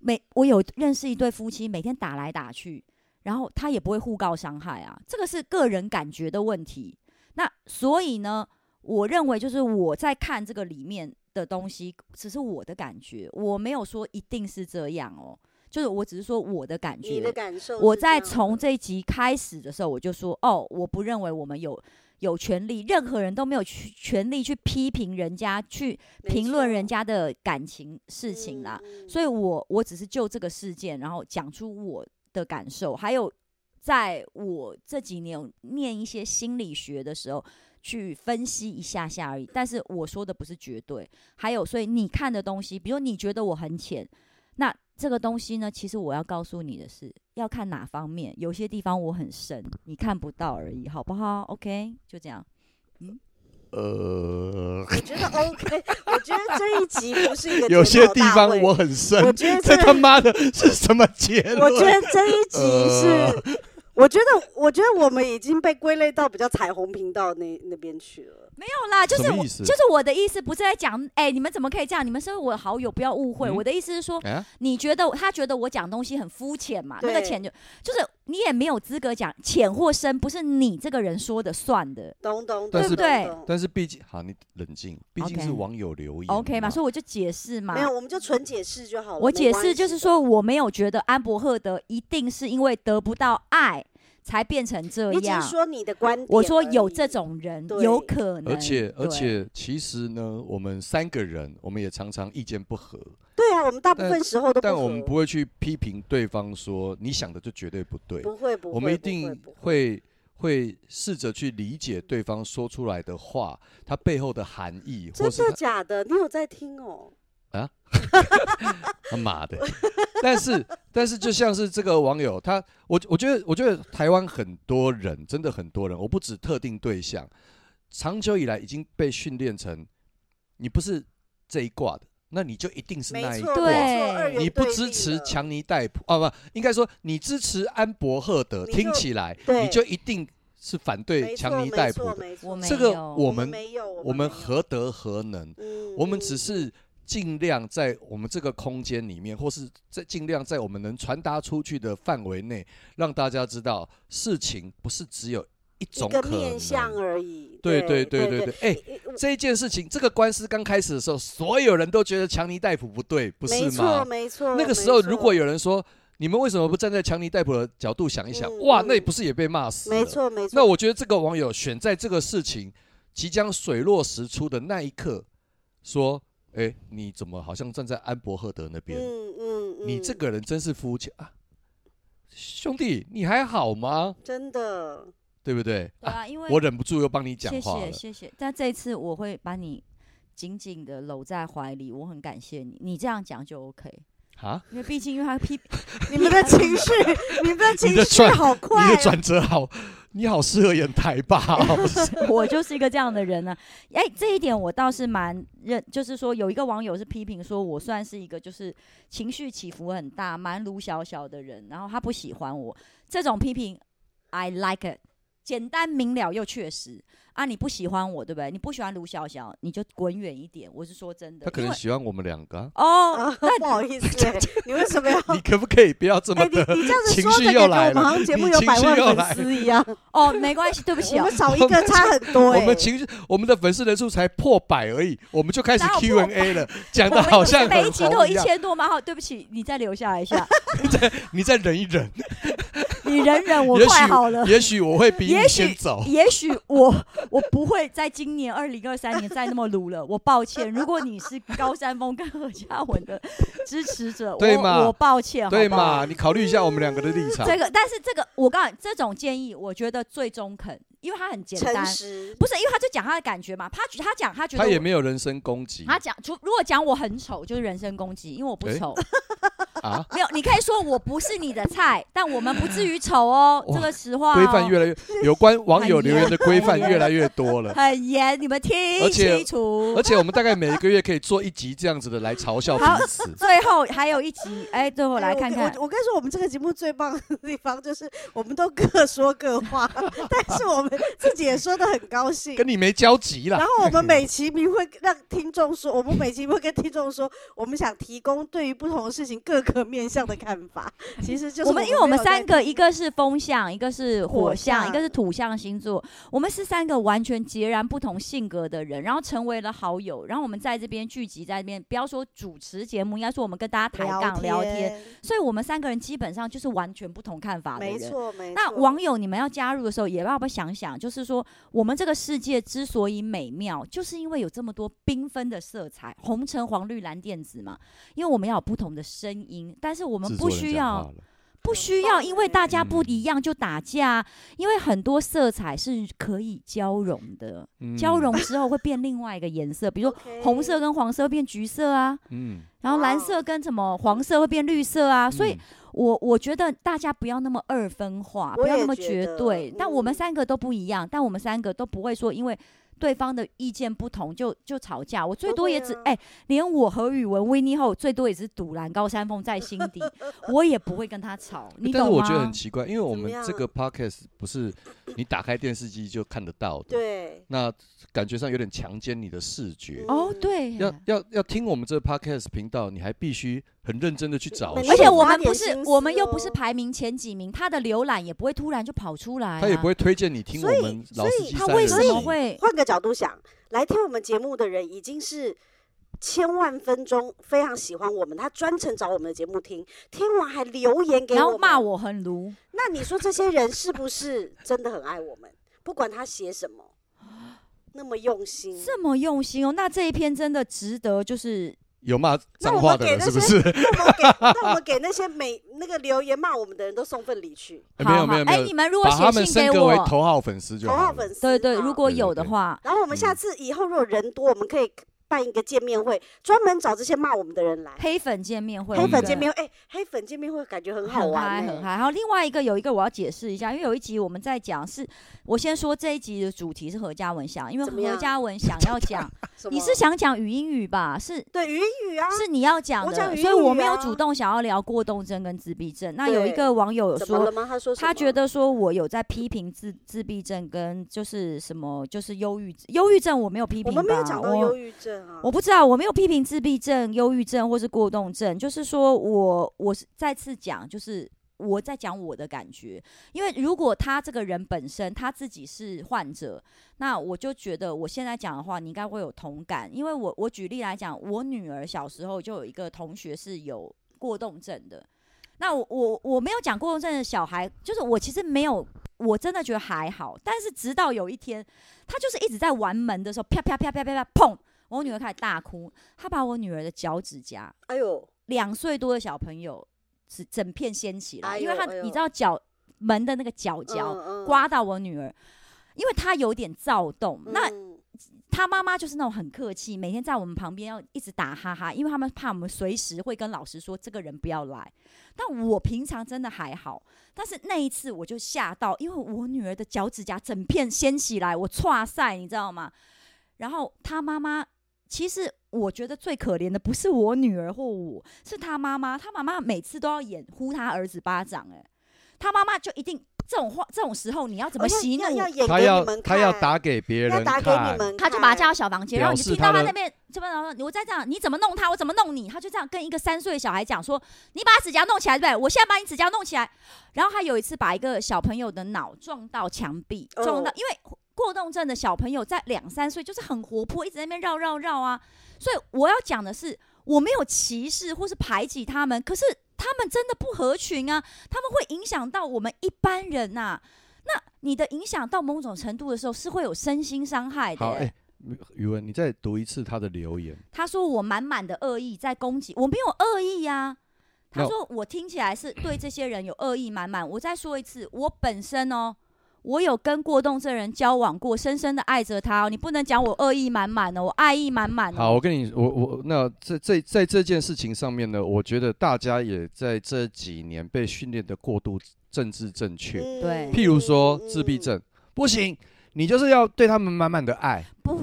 B: 每我有认识一对夫妻，每天打来打去，然后他也不会互告伤害啊，这个是个人感觉的问题。那所以呢，我认为就是我在看这个里面的东西，只是我的感觉，我没有说一定是这样哦，就是我只是说我的感觉，
C: 你的感受是这样的，
B: 我在从这一集开始的时候，我就说，哦，我不认为我们有有权利，任何人都没有去权利去批评人家，去
C: 没
B: 评论人
C: 错嗯
B: 家的感情事情啦。，所以我我只是就这个事件，然后讲出我的感受，还有在我这几年有念一些心理学的时候去分析一下下而已。但是我说的不是绝对，还有所以你看的东西，比如你觉得我很浅，那这个东西呢，其实我要告诉你的是，要看哪方面，有些地方我很深，你看不到而已，好不好？OK，就这样。
D: 呃，
C: 我觉得 OK，我觉得这一集不是一个
D: 有
C: 检
D: 些
C: 讨
D: 地
C: 大
D: 方
C: 会
D: 我很深
C: 我，觉得
D: 这
C: 这
D: 他妈的是什么 结论？
C: 我觉得这一集
D: 呃
C: 是，我觉得，我觉得我们已经被归类到比较彩虹频道那那边去了。
B: 没有啦，就是
D: 什么
B: 我
D: 意思
B: 就是我的意思，不是在讲，哎、你们怎么可以这样？你们是我的好友，不要误会。
D: 嗯
B: 我的意思是说，
D: 啊，
B: 你觉得他觉得我讲东西很肤浅嘛？那个
C: 对
B: 浅就就是你也没有资格讲浅或深，不是你这个人说的算的
C: 懂懂，
D: 但
C: 懂
D: 是
C: 懂
B: 对
C: 懂
D: 但是毕竟好，你冷静，毕竟
B: OK
D: 是网友留言
B: ，OK 嘛？
D: 嘛
B: 所以我就解释嘛
C: 没。有，我们就纯解释就好了。
B: 我
C: 没
B: 解
C: 关
B: 释
C: 系
B: 就是
C: 的，
B: 说，我没有觉得安博赫德一定是因为得不到爱才变成这
C: 你只
B: 样
C: 是。说你的观点而已。
B: 我说有这种人，
C: 对
B: 有可能，
D: 而且而
B: 对
D: 且，其实呢，我们三个人，我们也常常意见不合，
C: 对啊，我们大部
D: 但
C: 分时候都
D: 但我们
C: 合
D: 不会去批评对方说你想的就绝对不对，
C: 不会不会，
D: 我们一
C: 不会
D: 定
C: 不会
D: 会会试着去理解对方说出来的话，它背后的含义，或
C: 真
D: 是
C: 的假的？你有在听哦？
D: 他妈的！但是但是，就像是这个网友，他我我觉得我觉得台湾很多人，真的很多人，我不指特定对象，长久以来已经被训练成，你不是这一挂的，那你就一定是
C: 没
D: 那一
C: 错，
D: 挂。
B: 对
C: 没错二元
D: 你不
C: 对
D: 支
C: 立
D: 持
C: 了
D: 强尼戴普啊？不，应该说你支持安博赫德，
C: 你就
D: 听起来
C: 对
D: 你就一定是反对
C: 没错
D: 强尼
C: 没
D: 戴
C: 错
D: 普的。
C: 没错
B: 我没
D: 这个
B: 有
D: 我
C: 我
D: 们
C: 没有，
D: 我们
C: 没有，
D: 何德何能？
C: 嗯
D: 我们只
C: 嗯
D: 是尽量在我们这个空间里面，或是在尽量在我们能传达出去的范围内，让大家知道事情不是只有
C: 一
D: 一种
C: 个
D: 可
C: 面向
D: 能。
C: 而已。
D: 对
C: 对
D: 对对
C: 对
D: 对对，哎、
C: 对，
D: 这一件事情，这个官司刚开始的时候，所有人都觉得强尼戴普不对，不是
C: 没
D: 吗
C: 错？没错。
D: 那个时
C: 嗯没
D: 候，
C: 错
D: 如果有人说你们为什么不站在强尼戴普的角度想一想，
C: 嗯
D: 哇，
C: 嗯
D: 那也不是也被骂死了？
C: 没错没错，
D: 那我觉得这个网友选在这个事情即将水落石出的那一刻，说：“哎、你怎么好像站在安博赫德那边？
C: 嗯嗯嗯，
D: 你这个人真是肤浅啊！兄弟，你还好吗？
C: 真的
D: 对不对？
B: 对啊，因为
D: 我忍不住又帮你讲
B: 谢
D: 话
B: 谢
D: 了。
B: 谢谢，但这一次我会把你紧紧的搂在怀里，我很感谢你。你这样讲就 OK，
D: 啊，
B: 因为毕竟因为他批，
C: 你们的情绪，你们的
D: 你
C: 情
D: 的
C: 绪
D: 转
C: 好快、啊，
D: 你的转折好，你好适合演台霸 哦。
B: 我就是一个这样的人呢、哎、这一点我倒是蛮认，就是说有一个网友是批评说我算是一个就是情绪起伏很大、蛮鲁小小的人，然后他不喜欢我这种批评，I like it。简单明了又确实啊！你不喜欢我，对不对？你不喜欢卢小小，你就滚远一点。我是说真的，
D: 他可
B: 因
D: 能
B: 为
D: 喜欢我们两个啊、
B: 哦，
C: 啊，不好意思、欸，你为什么要？
D: 你可不可以不要这么
C: 哎、你
D: 的？
C: 你这样子
D: 情
C: 说
D: 绪
C: 着，感
D: 又
C: 觉
D: 来
C: 我们
D: 了
C: 好像节
D: 你
C: 目有
D: 情
C: 百
D: 绪又
C: 万
D: 来
C: 粉丝一样，
B: 哦，没关系，对不起、
C: 我
B: 哦
C: 们。少一个差很多、欸。
D: 我们情绪，我们的粉丝人数才破百而已，我们就开始
B: 哪有破
D: Q&A 了，讲
B: 我
D: 的
B: 们
D: 好像
B: 每一
D: 很
B: 集都有
D: 红一
B: 一
D: 样。
B: 千多吗？好，对不起，你再留下来一 下，
D: 你再忍一 忍，
B: 你忍忍，我
D: 也
B: 快
D: 许
B: 好了。
D: 也许我会比
B: 也
D: 你
B: 许
D: 先走。
B: 也许我我不会在今年二零二三年再那么鲁了，我抱歉。如果你是高山峰跟何嘉文的支持者，
D: 对嘛
B: 我我抱歉，
D: 对
B: 好不嗯好
D: 嘛？你考虑一下我们两个的立场。
B: 这个，但是这个我告诉你，这种建议我觉得最中肯，因为他很简单
C: 诚，实，
B: 不是因为他就讲他的感觉嘛，他他讲他觉得
D: 他也
B: 我啊
D: 没有人身攻击，
B: 他讲，除如果讲我很丑，就是人身攻击，因为我不
D: 诶
B: 丑。
D: 啊，
B: 没有，你可以说我不是你的菜，但我们不至于丑哦，
D: 哇
B: 这个实话、哦。
D: 规范越来越，有关网友
B: 很
D: 留言的
B: 严
D: 规范
B: 很
D: 越来越 多了。
B: 很严，你们听
D: 而且
B: 清楚
D: 而。且我们大概每一个月可以做一集这样子的来嘲笑彼
B: 好
D: 此。
B: 最后还有一集，哎，最后
C: 我
B: 来看看。
C: 我我跟你说，我们这个节目最棒的地方 就是我们都各说各话， 但是我们自己也说的很高兴。
D: 跟你没交集啦
C: 然。后我们每期明会让听众说，我们每期会跟听众说，我们想提供对于不同的事情各个面向的看法。其实就是
B: 我们因为我们
C: 没有在
B: 三个，一个是风象，一个是火
C: 火
B: 象，
C: 象
B: 一个是土象星座，我们是三个完全截然不同性格的人，然后成为了好友，然后我们在这边聚集，在这边不要说主持节目，应该说我们跟大家抬杠聊天，
C: 天，
B: 所以我们三个人基本上就是完全不同看法的
C: 没
B: 人。
C: 错没错。
B: 那网友，你们要加入的时候，也要不要想想，就是说，我们这个世界之所以美妙，就是因为有这么多缤纷的色彩，红橙黄绿蓝靛紫嘛。因为我们要有不同的声音，但是我们
D: 制
B: 不
D: 作人
B: 需
D: 讲
B: 要
D: 话了
B: 不需要，因为大家
D: 嗯
B: 不一样就打架，因为很多色彩是可以交融的，
D: 嗯
B: 交融之后会变另外一个颜色， 比如说
C: OK
B: 红色跟黄色会变橘色啊，
D: 嗯，
B: 然后蓝
C: 哇哦
B: 色跟什么黄色会变绿色啊，所以
D: 嗯
B: 我我觉得大家不要那么二分化，
C: 我
B: 不要那
C: 也
B: 么
C: 觉
B: 绝
C: 得
B: 对。但我们
C: 嗯
B: 三个都不一样，但我们三个都不会说因为对方的意见不同就就吵架。我最
C: 不
B: 多
C: 会
B: 也只
C: 啊
B: 哎、连我和宇文、维尼后最多也是堵拦高山峰在心底， 我也不会跟他吵。你
D: 哎但是
B: 懂
D: 我觉得
B: 吗
D: 很？奇怪，因为我们这个 podcast 不是你打开电视机就看得到的，
C: 对
D: 那感觉上有点强奸你的视觉。
B: 哦，
C: 嗯
B: 对
D: 要
B: 耶。
D: 要要听我们这个 podcast 频道，你还必须很认真的去找
C: 每
D: 寻，
B: 而且
C: 要
B: 我
C: 花
B: 们
C: 点
B: 不是
C: 心，
B: 我们
C: 思
B: 又不是
C: 哦
B: 排名前几名，他的浏览也不会突然就跑出来、啊，
D: 他也不会推荐你听
C: 所以
D: 我们老司机
B: 他
D: 三
B: 为
D: 人
B: 什
D: 行
B: 么会？
C: 换个角度想，来听我们节目的人已经是千万分钟非常喜欢我们，他专程找我们的节目听，听完还留言给
B: 然
C: 我
B: 后
C: 们
B: 骂。我很鲁，
C: 那你说这些人是不是真的很爱我们？不管他写什么，那么用心。
B: 这么用心哦，那这一篇真的值得，就是
D: 有骂
C: 那
D: 脏
C: 我
D: 话
C: 们
D: 的
C: 给
D: 人
C: 那
D: 是
C: 些，
D: 不是？
C: 那我们给那我们给那些每那个留言骂我们的人都送份礼去，
D: 哎没有
B: 好
D: 没有
B: 好
D: 没
B: 哎、
D: 有
B: 你，们如果
D: 把他
B: 写
D: 们
B: 信给
D: 升格为
B: 我，
D: 头号粉 丝就
C: 头
D: 好
C: 号
D: 了。
C: 粉丝。啊
B: 对对，
C: 好
B: 如果
D: 对对
B: 有的
D: 对
B: 话，
C: 然后我们
B: 嗯
C: 下次以后如果人多，我们可以办一个见面会，专门找这些骂我们的人来。
B: 黑粉见面会，
C: 黑
D: 对
C: 粉见面会，哎、黑粉见面会感觉很好
B: 很
C: 玩、
B: 嗨很嗨。然后另外一个有一个我要解释一下，因为有一集我们在讲是，我先说这一集的主题是何嘉文想，因为
C: 怎么
B: 何
C: 样
B: 嘉文 想要讲，
C: 什
B: 你
C: 么
B: 是想讲语音语吧？是。
C: 对云雨啊，
B: 是你要讲
C: 我
B: 的，
C: 讲语
B: 所以我
C: 音语
B: 没有
C: 啊
B: 主动想要聊过动症跟自闭症。那有一
C: 对
B: 个网友有
C: 怎么
B: 说
C: 了，吗？他说什
B: 他
C: 么
B: 觉得说我有在批评自自闭症跟就是什么就是忧郁忧郁症，我没有批
C: 我
B: 评吧，
C: 们没有讲到
B: 我
C: 忧郁症啊，
B: 我不知道，我没有批评自闭症、忧郁症或是过动症，就是说我我是再次讲，就是我在讲我的感觉，因为如果他这个人本身他自己是患者，那我就觉得我现在讲的话，你应该会有同感，因为我我举例来讲，我女儿小时候就有一个同学是有过动症的。那我我我没有讲过动症的小孩，就是我其实没有，我真的觉得还好。但是直到有一天，他就是一直在玩门的时候，啪啪啪啪啪啪，砰！我女儿开始大哭，她把我女儿的脚趾甲，
C: 哎呦，
B: 两岁多的小朋友，整整片掀起来，
C: 哎呦
B: 因为她
C: 哎呦
B: 你知道脚门的那个脚角
C: 嗯
B: 刮到我女儿，因为她有点躁动，那
C: 嗯
B: 他妈妈就是那种很客气，每天在我们旁边要一直打哈哈，因为他们怕我们随时会跟老师说这个人不要来。但我平常真的还好，但是那一次我就吓到，因为我女儿的脚趾甲整片掀起来，我歘塞，你知道吗？然后他妈妈，其实我觉得最可怜的不是我女儿或我，是他妈妈。他妈妈每次都要掩护他儿子巴掌、哎，他妈妈就一定这种话，这种时候你要怎么
C: 哦要
B: 息怒？
C: 要要演
D: 他
C: 给
D: 要
C: 你们
D: 他要
C: 看
D: 打给别
C: 要
D: 人
C: 打给你们
D: 看，
C: 看，嗯
B: 他就把他叫到小房间，然后你
D: 表示
B: 听到
D: 他
B: 他
D: 的
B: 那边这边然后我再这样，你怎么弄他？我怎么弄你？他就这样跟一个三岁的小孩讲说：“你把指甲弄起来，对不对？我现在把你指甲弄起来。”然后他有一次把一个小朋友的脑撞到墙壁，
C: 哦
B: 撞到，因为过动症的小朋友在两三岁就是很活泼，一直在那边绕绕绕啊。所以我要讲的是，我没有歧视或是排挤他们，可是他们真的不合群啊，他们会影响到我们一般人呐、那你的影响到某种程度的时候，是会有身心伤害的、
D: 好，哎、宇文，你再读一次他的留言。
B: 他说我满满的恶意在攻击，我没有恶意呀、他
D: 那
B: 说我听起来是对这些人有恶意满满。我再说一次，我本身哦，我有跟过动症人交往过，深深的爱着他、哦。你不能讲我恶意满满哦，我爱意满满、哦。
D: 好，我跟你，我我那这这在这件事情上面呢，我觉得大家也在这几年被训练的过度政治正确，
C: 嗯
B: 对
D: 譬如说自闭，
B: 嗯
D: 症，不行，你就是要对他们满满的爱，
B: 不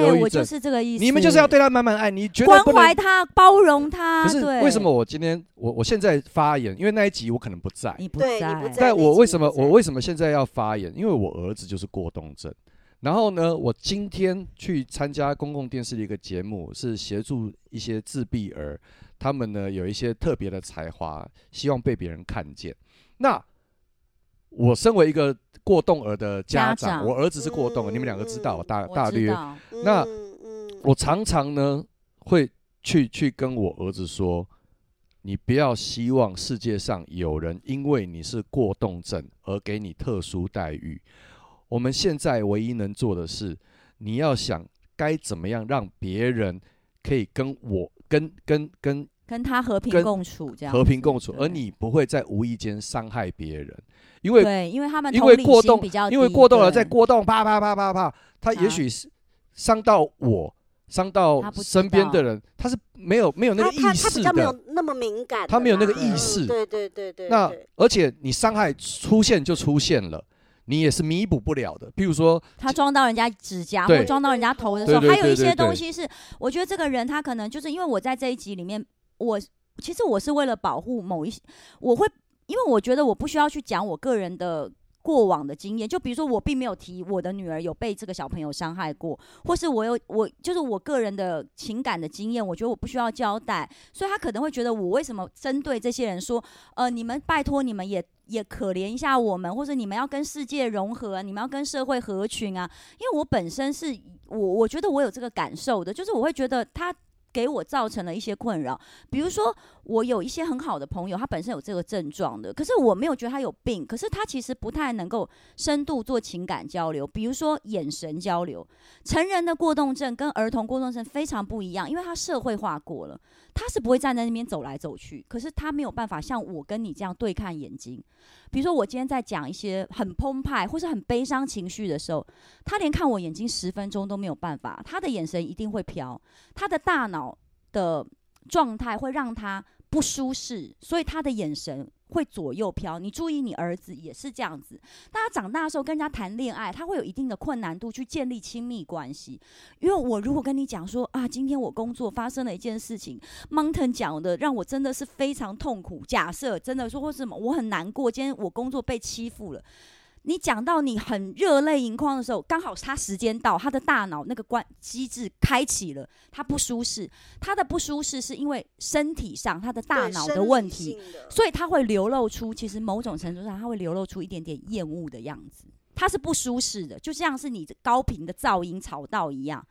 D: 忧郁
B: 对，我
D: 症
B: 就是这个意思。
D: 你们就是要对他满满的爱，你绝对
B: 关
D: 不能
B: 怀他，包容他。
D: 可是
B: 对
D: 为什么我今天我我现在发言？因为那一集我可能不在，
B: 你不
C: 对你不在
D: 但我为什么
C: 那集你
D: 我
C: 不在
D: 为什么现在要发言？因为我儿子就是过动症。然后呢，我今天去参加公共电视的一个节目，是协助一些自闭儿，他们呢有一些特别的才华，希望被别人看见。那我身为一个过动儿的家
B: 家
D: 长，
B: 长
D: 我儿子是过动儿，
C: 嗯
D: 你们两个知道，
C: 嗯
D: 我大
B: 我
D: 大
B: 知
D: 略
B: 道
C: 嗯
D: 那
C: 嗯
D: 我常常呢会去去跟我儿子说，你不要希望世界上有人因为你是过动症而给你特殊待遇。我们现在唯一能做的是，你要想该怎么样让别人可以跟我跟跟跟
B: 跟他和平
D: 跟
B: 共处这样
D: 和平
B: 子
D: 共处，
B: 对啊
D: 而你不会在无意间伤害别人，因为
B: 对，因为他们
D: 因
B: 同
D: 为
B: 理
D: 过
B: 心
D: 动
B: 比较低，
D: 因为过动了，
B: 啊对
D: 在过动，啪啪啪啪啪，他也
B: 啊
D: 许是伤到我，伤到
B: 他不知
D: 身边
B: 道
D: 的人，他是没有没有那
C: 他他
D: 个意
C: 他比
D: 识
C: 较没有
D: 的。
C: 那么敏感的啦，
D: 他没有那个
B: 意
C: 嗯
D: 识
C: 对对对对。
D: 那
C: 对
D: 而且你伤害出现就出现了，你也是弥补不了的。比如说，
B: 他撞到人家指甲
D: 对
B: 或撞到人家头的时候，
D: 对对
B: 还有一
D: 对
B: 些
D: 对
B: 东西是，我觉得这个人他可能就是因为我在这一集里面，我其实我是为了保护某一些，我会因为我觉得我不需要去讲我个人的。过往的经验，就比如说我并没有提我的女儿有被这个小朋友伤害过，或是我有我就是我个人的情感的经验，我觉得我不需要交代，所以他可能会觉得我为什么针对这些人说呃，你们拜托你们也也可怜一下我们，或者你们要跟世界融合啊，你们要跟社会合群啊。因为我本身是我，我觉得我有这个感受的，就是我会觉得他。给我造成了一些困扰，比如说我有一些很好的朋友，他本身有这个症状的，可是我没有觉得他有病，可是他其实不太能够深度做情感交流，比如说眼神交流。成人的过动症跟儿童过动症非常不一样，因为他社会化过了，他是不会站在那边走来走去，可是他没有办法像我跟你这样对看眼睛。比如说我今天在讲一些很澎湃或是很悲伤情绪的时候，他连看我眼睛十分钟都没有办法，他的眼神一定会飘，他的大脑的状态会让他不舒适，所以他的眼神。会左右飘，你注意，你儿子也是这样子。当他长大的时候跟人家谈恋爱，他会有一定的困难度去建立亲密关系。因为我如果跟你讲说啊，今天我工作发生了一件事情，Mountain 讲的让我真的是非常痛苦。假设真的说或是什么，我很难过，今天我工作被欺负了。你讲到你很热泪盈眶的时候，刚好他时间到，他的大脑那个关机制开启了，他不舒适。他的不舒适是因为身体上他的大
C: 对
B: 脑
C: 生
B: 的
C: 理
B: 问题，
C: 性的
B: 所以他会流露出，其实某种程度上他会流露出一点点厌恶的样子，他是不舒适的，就像是你高频的噪音吵到一样。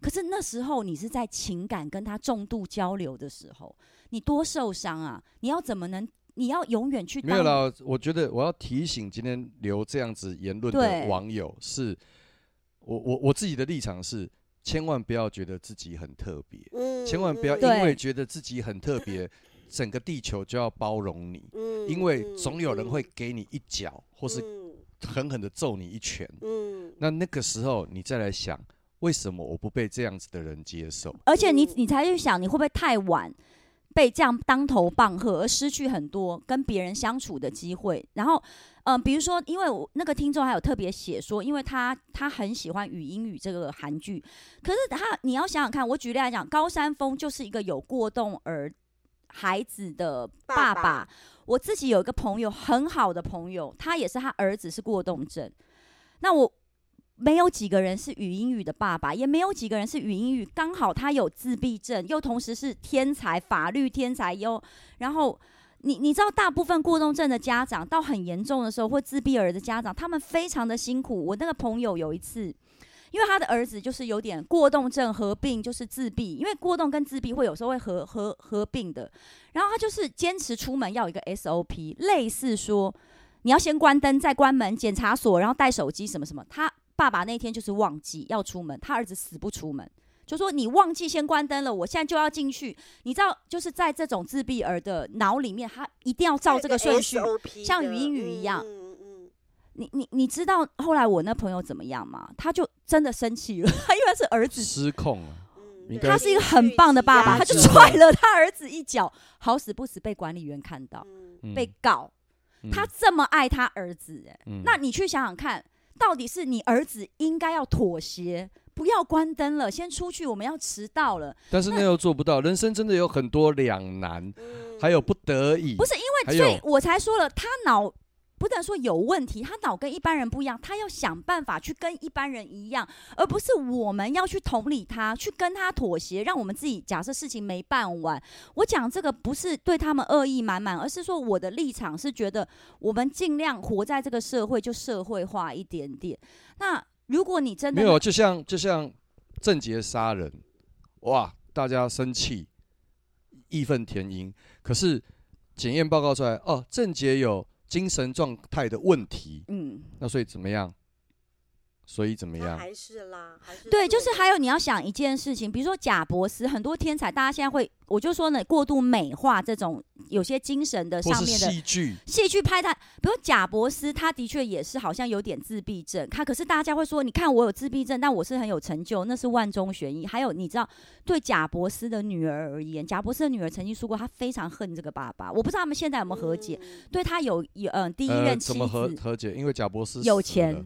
B: 可是那时候你是在情感跟他重度交流的时候，你多受伤啊！你要怎么能？你要永远去
D: 没
B: 当
D: 有了，我觉得我要提醒今天留这样子言论的
B: 对
D: 网友是，我我我自己的立场是，千万不要觉得自己很特别，
C: 嗯
D: 千万不要
C: 嗯
D: 因为
B: 对
D: 觉得自己很特别，整个地球就要包容你。
C: 嗯
D: 因为
C: 嗯
D: 总有人会
C: 嗯
D: 给你一脚，或是
C: 嗯
D: 狠狠的揍你一拳。
C: 嗯
D: 那那个时候你再来想，为什么我不被这样子的人接受？
B: 而且你
C: 嗯
B: 你才去想，你会不会太晚被这样当头棒喝，而失去很多跟别人相处的机会？然后，嗯、比如说，因为我那个听众还有特别写说，因为他他很喜欢语音语这个韩剧，可是他你要想想看，我举例来讲，高山峰就是一个有过动儿。孩子的爸
C: 爸
B: 爸，
C: 爸
B: 我自己有一个朋友，很好的朋友，他也是他儿子是过动症。那我没有几个人是语音语的爸爸，也没有几个人是语音语。刚好他有自闭症，又同时是天才，法律天才又，然后你你知道，大部分过动症的家长到很严重的时候，或自闭儿的家长，他们非常的辛苦。我那个朋友有一次。因为他的儿子就是有点过动症合并，就是自闭，因为过动跟自闭会有时候会合合合并的。然后他就是坚持出门要有一个 SOP，类似说你要先关灯，再关门，检查锁，然后带手机什么什么。他爸爸那天就是忘记要出门，他儿子死不出门，就说你忘记先关灯了，我现在就要进去。你知道，就是在这种自
C: 哎
B: 闭儿的脑里面，他一定要照这个顺序。
C: SOP
B: 像
C: 的
B: 语音语一样
C: 嗯嗯嗯
B: 你你你知道后来我那朋友怎么样吗？他就真的生气了，因为他是儿子，
D: 失控了。
C: 嗯
D: 你
C: 对
B: 他是一个很棒的爸爸，
D: 对
B: 他就
D: 是
B: 踹了他儿子一脚，好死不死被管理员看到，
C: 嗯
D: 嗯
B: 被告。他这么爱他儿子、哎、
D: 嗯
B: 那你去想想看，到底是你儿子应该要妥协，不要关灯了，先出去，我们要迟到了。
D: 但是那又做不到，人生真的有很多两难，
C: 嗯
D: 还有不得已。
B: 不是
D: 还
B: 因为，
D: 有
B: 所以我才说了，他脑不能说有问题，他脑跟一般人不一样，他要想办法去跟一般人一样，而不是我们要去同理他，去跟他妥协，让我们自己假设事情没办完。我讲这个不是对他们恶意满满，而是说我的立场是觉得我们尽量活在这个社会就社会化一点点。那如果你真的
D: 没有，就像就像郑杰杀人，哇，大家生气，义愤填膺。可是检验报告出来，哦，郑杰有精神状态的问题，
B: 嗯，
D: 那所以怎么样？所以怎么
C: 他
D: 样？
C: 还是啦，还是
B: 对，就是
C: 做
B: 还有你要想一件事情，比如说贾博士，很多天才，大家现在会，我就说呢，过度美化这种有些精神的
D: 或
B: 上
D: 是
B: 面的
D: 戏剧？
B: 戏剧拍他，比如贾博士，他的确也是好像有点自闭症，他可是大家会说，你看我有自闭症，但我是很有成就，那是万中选一。还有你知道，对贾博士的女儿而言，贾博士的女儿曾经说过，她非常恨这个爸爸，我不知道他们现在有没有和解，，
C: 嗯
B: 对他有有嗯、第一
D: 呃，
B: 任妻
D: 怎
B: 子。
D: 么 和和解？因为贾博士
B: 有
D: 死
B: 钱
D: 了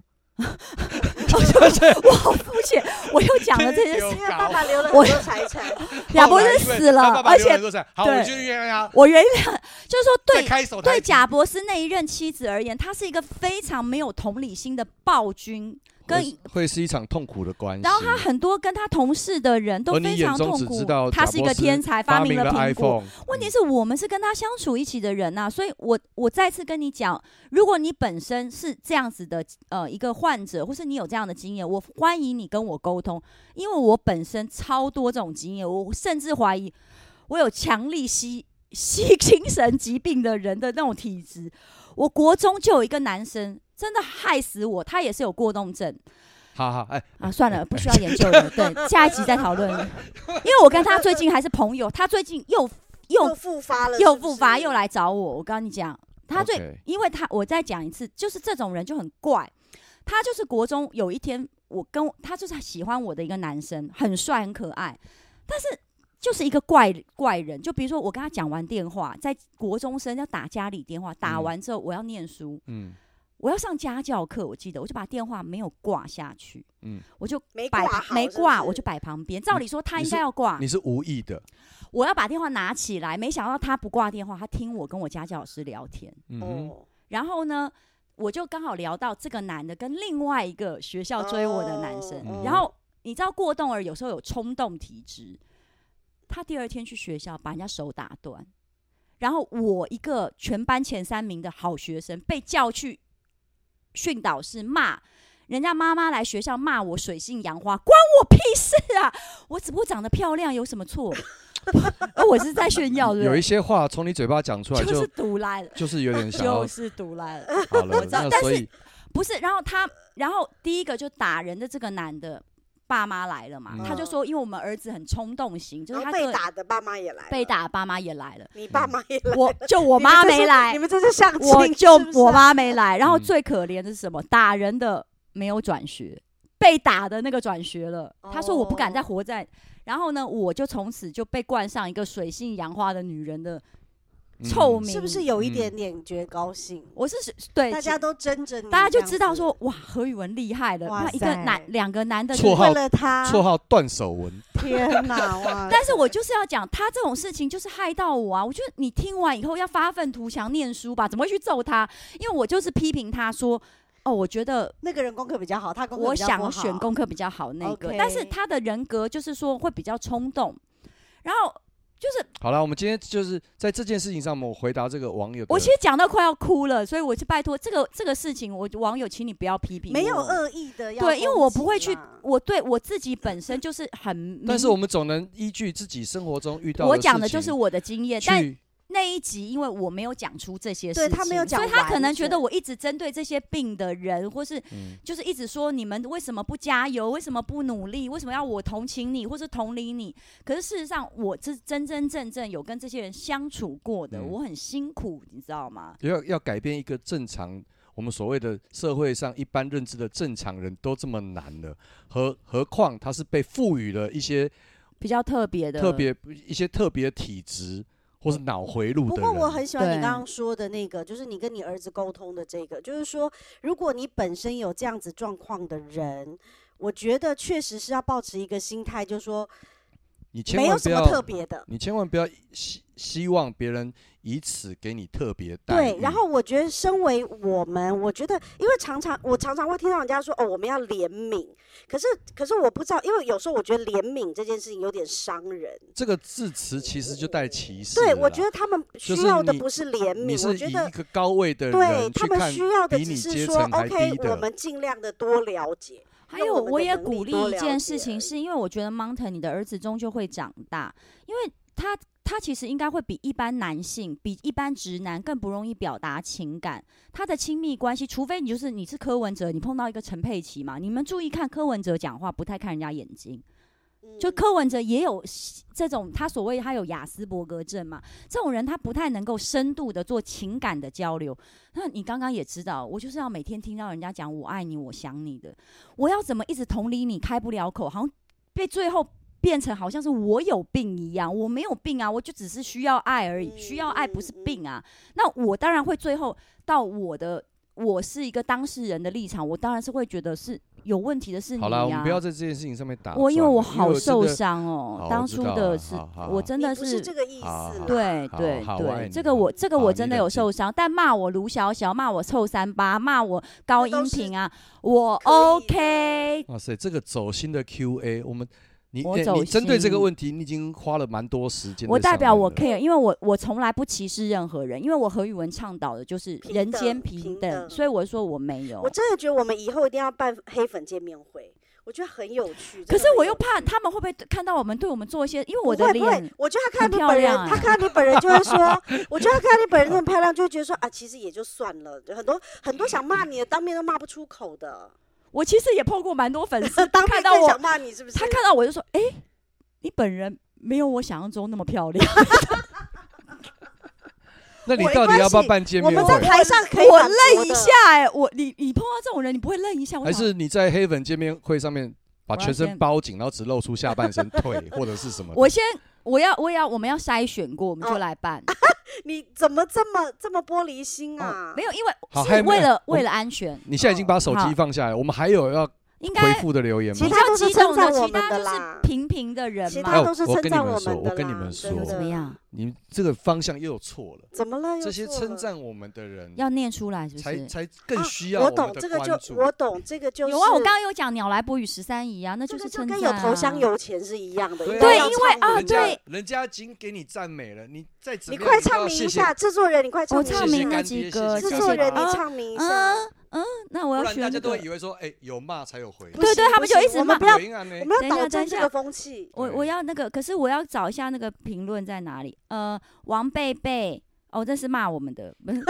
B: 我好肤浅，我又讲了这 件
D: 有
B: 事。
C: 因为爸
D: 搞
C: 爸留了很
B: 我
C: 多财产，
B: 贾
D: 后
B: 博
D: 来
B: 士
D: 因为
B: 死
D: 他
B: 了
D: 爸爸
B: 而
D: 留了
B: 且
D: 很多财好，我
B: 对
D: 就原谅他，
B: 我原谅，就是说
D: 再
B: 对
D: 开手
B: 对
D: 台
B: 贾博士那一任妻子而言，他是一个非常没有同理心的暴君，跟
D: 会会是一场痛苦的关系。
B: 然后他很多跟他同事的人都
D: 而嗯哦你
B: 非
D: 眼
B: 常
D: 中
B: 痛
D: 只知
B: 苦
D: 道。
B: 他
D: 贾
B: 是一
D: 博
B: 个
D: 士
B: 天才，发
D: 发
B: 明
D: 明
B: 了
D: 了
B: 苹果。
D: iPhone，
B: 问题是我们是跟他相处一起的人呐、啊所以我我再次跟你讲，如果你本身是这样子的呃一个患者，或是你有这样的经验，我欢迎你跟我沟通，因为我本身超多这种经验，我甚至怀疑我有强力吸吸 精神疾病的人的那种体质。我国中就有一个男生真的害死我，他也是有过动症，
D: 好好哎，
B: 啊，算了，不需要研究了，对，下一集再讨论。因为我跟他最近还是朋友，他最近又
C: 又
B: 又
C: 复发了，
B: 又
C: 是不
B: 复发，
C: 是
B: 又。来找我。我跟你讲，他最
D: OK
B: 因为他我再讲一次，就是这种人就很怪，他就是国中有一天，我跟我他就是喜欢我的一个男生，很帅很可爱，但是。就是一个怪怪人，就比如说我跟他讲完电话，在国中生要打家里电话，打
D: 嗯
B: 完之后我要念书，
D: 嗯
B: 我要上家教课，我记得我就把电话没有挂下去，
D: 嗯
B: 我就
C: 没
B: 摆
C: 挂
B: 旁
C: 好
B: 没
C: 是不
B: 挂，
C: 是
B: 我就摆旁边。照理说他应该要挂
D: 你，是无意的，
B: 我要把电话拿起来，没想到他不挂电话，他听我跟我家教老师聊天。
D: 嗯哼，
C: 哦，
B: 然后呢，我就刚好聊到这个男的跟另外一个学校追我的男生，
D: 哦
B: 然后你知道过动儿有时候有冲动体质，他第二天去学校把人家手打断，然后我一个全班前三名的好学生被叫去训导室骂。人家妈妈来学校骂我水性杨花，关我屁事啊！我只不过长得漂亮，有什么错？ 而我是在炫耀，对不
D: 有一
B: 对
D: 些话从你嘴巴讲出来
B: 就是
D: 就
B: 堵来了，
D: 就是有点想要
B: 就是堵来了。
D: 好了
B: 我，知道
D: 那
B: 但
D: 所
B: 是
D: 以
B: 不是，然后他，然后第一个就打人的这个男的爸妈来了嘛，
D: 嗯
B: 他就说，因为我们儿子很冲动型，就
C: 然
B: 是
C: 后
B: 他
C: 哦被
B: 个
C: 打的爸妈也来了，
B: 被打的爸妈也来了，
C: 你爸妈也来，
B: 我就我
C: 你们
B: 妈
C: 这是
B: 没来
C: 你，们这是相亲，
B: 我就是
C: 不是
B: 我妈没来，然后
D: 嗯
B: 最可怜的是什么？打人的没有转学，被打的那个转学了，他说我不敢再
C: 哦
B: 活在，然后呢，我就从此就被冠上一个水性杨花的女人的臭
D: 嗯
B: 名，
C: 是不是？有一
D: 嗯
C: 点点觉得高兴？
B: 我是对
C: 大家。都争着你，
B: 大家就知道说，哇，何宇文厉害了，
C: 哇
B: 哇，一个
C: 塞
B: 男两个男的
D: 绰
C: 这
D: 号
C: 样子为了他，
D: 绰号断手文，
C: 天哪哇！
B: 但是我就是要讲，他这种事情就是害到我啊！我觉得你听完以后要发愤图强念书吧，怎么会去揍他？因为我就是批评他说，哦，我觉得
C: 那个人功课比较好，他功课
B: 我
C: 比较
B: 想
C: 不
B: 我
C: 好
B: 选功课比较好那个
C: OK
B: 但是他的人格就是说会比较冲动，然后就是
D: 好了，我们今天就是在这件事情上，我们回答这个网友的。
B: 我其实讲到快要哭了，所以我就拜托这个这个事情，我网友请你不要批评我，
C: 没有呃恶意的要
B: 对，因为我不会
C: 攻击
B: 去
C: 嘛，
B: 我对我自己本身就是很，
D: 但是我们总能依据自己生活中遇到
B: 我讲的
D: 事情
B: 就是我的经验，但
D: 去
B: 那一集，因为我没有讲出这些事
C: 对
B: 情，
C: 他没有讲
B: 所以他可能
C: 完
B: 觉得
C: 整
B: 我一直针对这些病的人，或是
D: 嗯
B: 就是一直说你们为什么不加油，为什么不努力，为什么要我同情你或是同理你？可是事实上，我是真真正正有跟这些人相处过的，
D: 嗯
B: 我很辛苦，你知道吗？
D: 要要改变一个正常。我们所谓的社会上一般认知的正常人都这么难了，何何况他是被赋予了一些
B: 比较特别的，
D: 特别一些特别体质或是脑回路
C: 不
D: 的
C: 过我
D: 人。
C: 很喜欢你
B: 对
C: 刚刚说的那个，就是你跟你儿子沟通的这个，就是说，如果你本身有这样子状况的人，我觉得确实是要保持一个心态，就是说
D: 你千
C: 没有
D: 万不
C: 什么
D: 要，
C: 特别的。
D: 你千万不要希希望别人以此给你特别待遇。
C: 对，然后我觉得身为我们，我觉得因为常常我常常会听到人家说哦，我们要怜悯，可是可是我不知道，因为有时候我觉得怜悯这件事情有点伤人。
D: 这个字词其实就带歧视了啦。
C: 对，我觉得他们
D: 就
C: 需
D: 是
C: 要的
D: 你
C: 不是怜
D: 你
C: 悯，我
D: 是
C: 觉
D: 以
C: 得
D: 一个高位的
C: 对
D: 人
C: 他
D: 去
C: 们
D: 看
C: 需要的
D: 比
C: 只
D: 你
C: 是
D: 阶
C: 说
D: 层还
C: ，OK，
D: 低
C: 我
D: 的。
C: 们尽量的多了解。
B: 还
C: 用
B: 有，
C: 我们
B: 我
C: 的
B: 也
C: 能力
B: 鼓励
C: 多
B: 一
C: 了
B: 件
C: 解
B: 事
C: 而
B: 情，是
C: 已
B: 因为我觉得 Mountain 你的儿子终究会长大，因为他他其实应该会比一般男性、比一般直男更不容易表达情感。他的亲密关系，除非你就是你是柯文哲，你碰到一个陈佩琪嘛，你们注意看柯文哲讲话不太看人家眼睛，就
C: 嗯
B: 柯文哲也有这种他所谓他有雅斯伯格症嘛，这种人他不太能够深度的做情感的交流。那你刚刚也知道，我就是要每天听到人家讲我爱你，我想你的，我要怎么一直同理你，开不了口，好像被最后变成好像是我有病一样，我没有病啊，我就只是需要爱而已，
C: 嗯
B: 需要爱不
C: 嗯
B: 是
C: 嗯
B: 病啊。那我当然会最后到我的。我是一个当事人的立场，我当然是会觉得是有问题的是你
D: 好
B: 呀、
D: 啦，
C: 啊
D: 我们不要在这件事情上面啊打转了。
B: 我因为我
D: 真
B: 好
D: 的
B: 受伤哦
D: 好，
B: 当
D: 我知
B: 初
D: 道
B: 的
D: 了
B: 是
D: 好好好
B: 我真
C: 你
B: 的
C: 不是这个意思
D: 啊
C: 啦，
B: 对
D: 好
B: 对
D: 好我爱
B: 对，
D: 你哦
B: 这个我这个
D: 好
B: 我
D: 你
B: 真的
D: 冷
B: 有受伤，但骂我卢小小，骂我臭三八，骂我高
C: 那都
B: 音
C: 是
B: 频啊，我
C: 可以的
B: OK，
D: 哇塞，啊这个走心的 Q&A，我们你
B: 我
D: 你
B: 走
D: 你针对这个
B: 心
D: 问题，你已经花了蛮多时间在上面了。
B: 我代表我 care，因为我我从来不歧视任何人，因为我何宇文倡导的就是
C: 平
B: 人间
C: 等
B: 平
C: 平
B: 等，
C: 等
B: 所以我说我没有
C: 我。真的觉得我们以后一定要办黑粉见面会，我觉得很有趣。
B: 可
C: 真的
B: 是
C: 很
B: 我
C: 有嗯
B: 又怕他们会不会看到我们对我们做一些，因为我
C: 不
B: 的
C: 会不会
B: 脸，
C: 我觉得他看
B: 很
C: 到你
B: 漂
C: 本人，
B: 亮
C: 他
B: 哎
C: 看到你本人就会 说，我觉得他看到你本人那么漂亮，就会觉得说啊，其实也就算了，很多很多想骂你的，当面都骂不出口的，
B: 我其实也碰过蛮多粉丝，
C: 当
B: 看
C: 面
B: 到
C: 更
B: 我
C: 想骂你是不是？
B: 他看到我就说：“哎、你本人没有我想象中那么漂亮。
D: 那你
C: 我没
D: 到底
C: 关
D: 要不要
C: 系
D: 办见
C: 我
D: 面
C: 们在
D: 会？
C: 台上”可以
B: 我
C: 反驳
B: 愣一
C: 的
B: 下、哎，我你你碰到这种人，你不会愣一下？我
D: 还
B: 想
D: 是你在黑粉见面会上面把
B: 我要
D: 全身
B: 先
D: 包紧，然后只露出下半身、腿或者是什么的？
B: 我先我要我要我们要筛选过，我们就
C: 哦
B: 来办。嗯
C: 你怎么这么这么玻璃心啊？
B: 没
C: 有，
B: 有，因
D: 好
B: 为
D: 还
B: 是
D: 哦没
B: 为了
D: 我
B: 为了安全，
D: 你现在已经把手
B: 好
D: 机放下来，我们还有要
B: 应该
D: 回复的留言
C: 其
D: 吗
B: 比？
C: 他都
B: 较
C: 是
B: 激动
C: 称赞我
B: 其
C: 们
B: 他
C: 的
B: 就是
C: 啦
B: 平平的人
C: 其他
B: 嘛。
D: 哎
C: 都是称
D: 我跟你
C: 赞
D: 们
C: 我
D: 说
C: 们
D: 我
C: 的
D: 跟你
C: 啦
D: 们
C: 真
D: 说嗯
C: 的
B: 怎么样？
D: 你这个方向又错了。
C: 怎么了？又
D: 这些
C: 错
D: 称
C: 了
D: 赞我们的人，
B: 要念出来是不
D: 才
B: 是？
D: 才更
C: 啊
D: 需要
C: 我
D: 们
C: 懂
D: 的
C: 这个
D: 关
C: 就
D: 注。
C: 我懂这个就是
B: 有啊，我刚刚有讲鸟来伯与十三姨啊，那
C: 这
B: 就是
C: 个就
B: 称
C: 跟
B: 赞、
C: 有
B: 啊。
C: 头香有钱是一样的，
D: 对
C: 应
D: 啊
C: 该
D: 对
C: 要
B: 因为
C: 唱
B: 啊哦
C: 我
D: 人
C: 们
D: 家
B: 对
D: 人家已经给你赞美了，你再怎
C: 你
D: 么
C: 快
D: 样
C: 唱
D: 要
C: 名
D: 谢
C: 一
D: 谢
C: 下，制作人，你快唱
B: 我
C: 名
B: 唱
C: 一
B: 明
C: 下
B: 了
D: 干
B: 几
D: 爹
B: 个，谢
D: 谢
C: 制
D: 谢
C: 作
B: 谢
C: 人，
B: 啊
C: 你唱名一下。
B: 嗯嗯，那我
D: 不
B: 要
D: 然
B: 选
D: 大家
B: 那
D: 都会
B: 个
D: 以。为说，哎，有骂才有回。
B: 对对
C: 行
B: 他们就
C: 行
B: 一直
C: 我们
B: 骂
C: 不要
D: 回应啊呢
C: 我们
B: 等一
C: 要
B: 下等
C: 导
B: 一
C: 正这
B: 下
C: 个风气。
B: 我
D: 对
B: 我要那个，可是我要找一下那个评论在哪里。呃，王贝贝，哦，这是骂我们的，不是。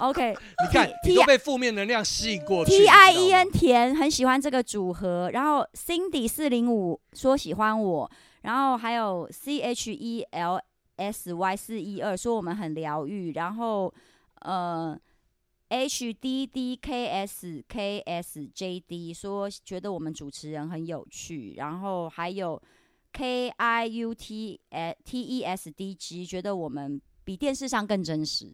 B: OK，
D: 你看
B: T-
D: 你都被负面能量吸引过去。
B: T I E
D: 你知道
B: N
D: 吗
B: 田很喜欢这个组合，然后 Cindy 四零五说喜欢我，然后还有 C H E L S Y 四一二说我们很疗愈，然后呃 H D D K S K S J D 说觉得我们主持人很有趣，然后还有 K I U T T E S D G 觉得我们比电视上更真实。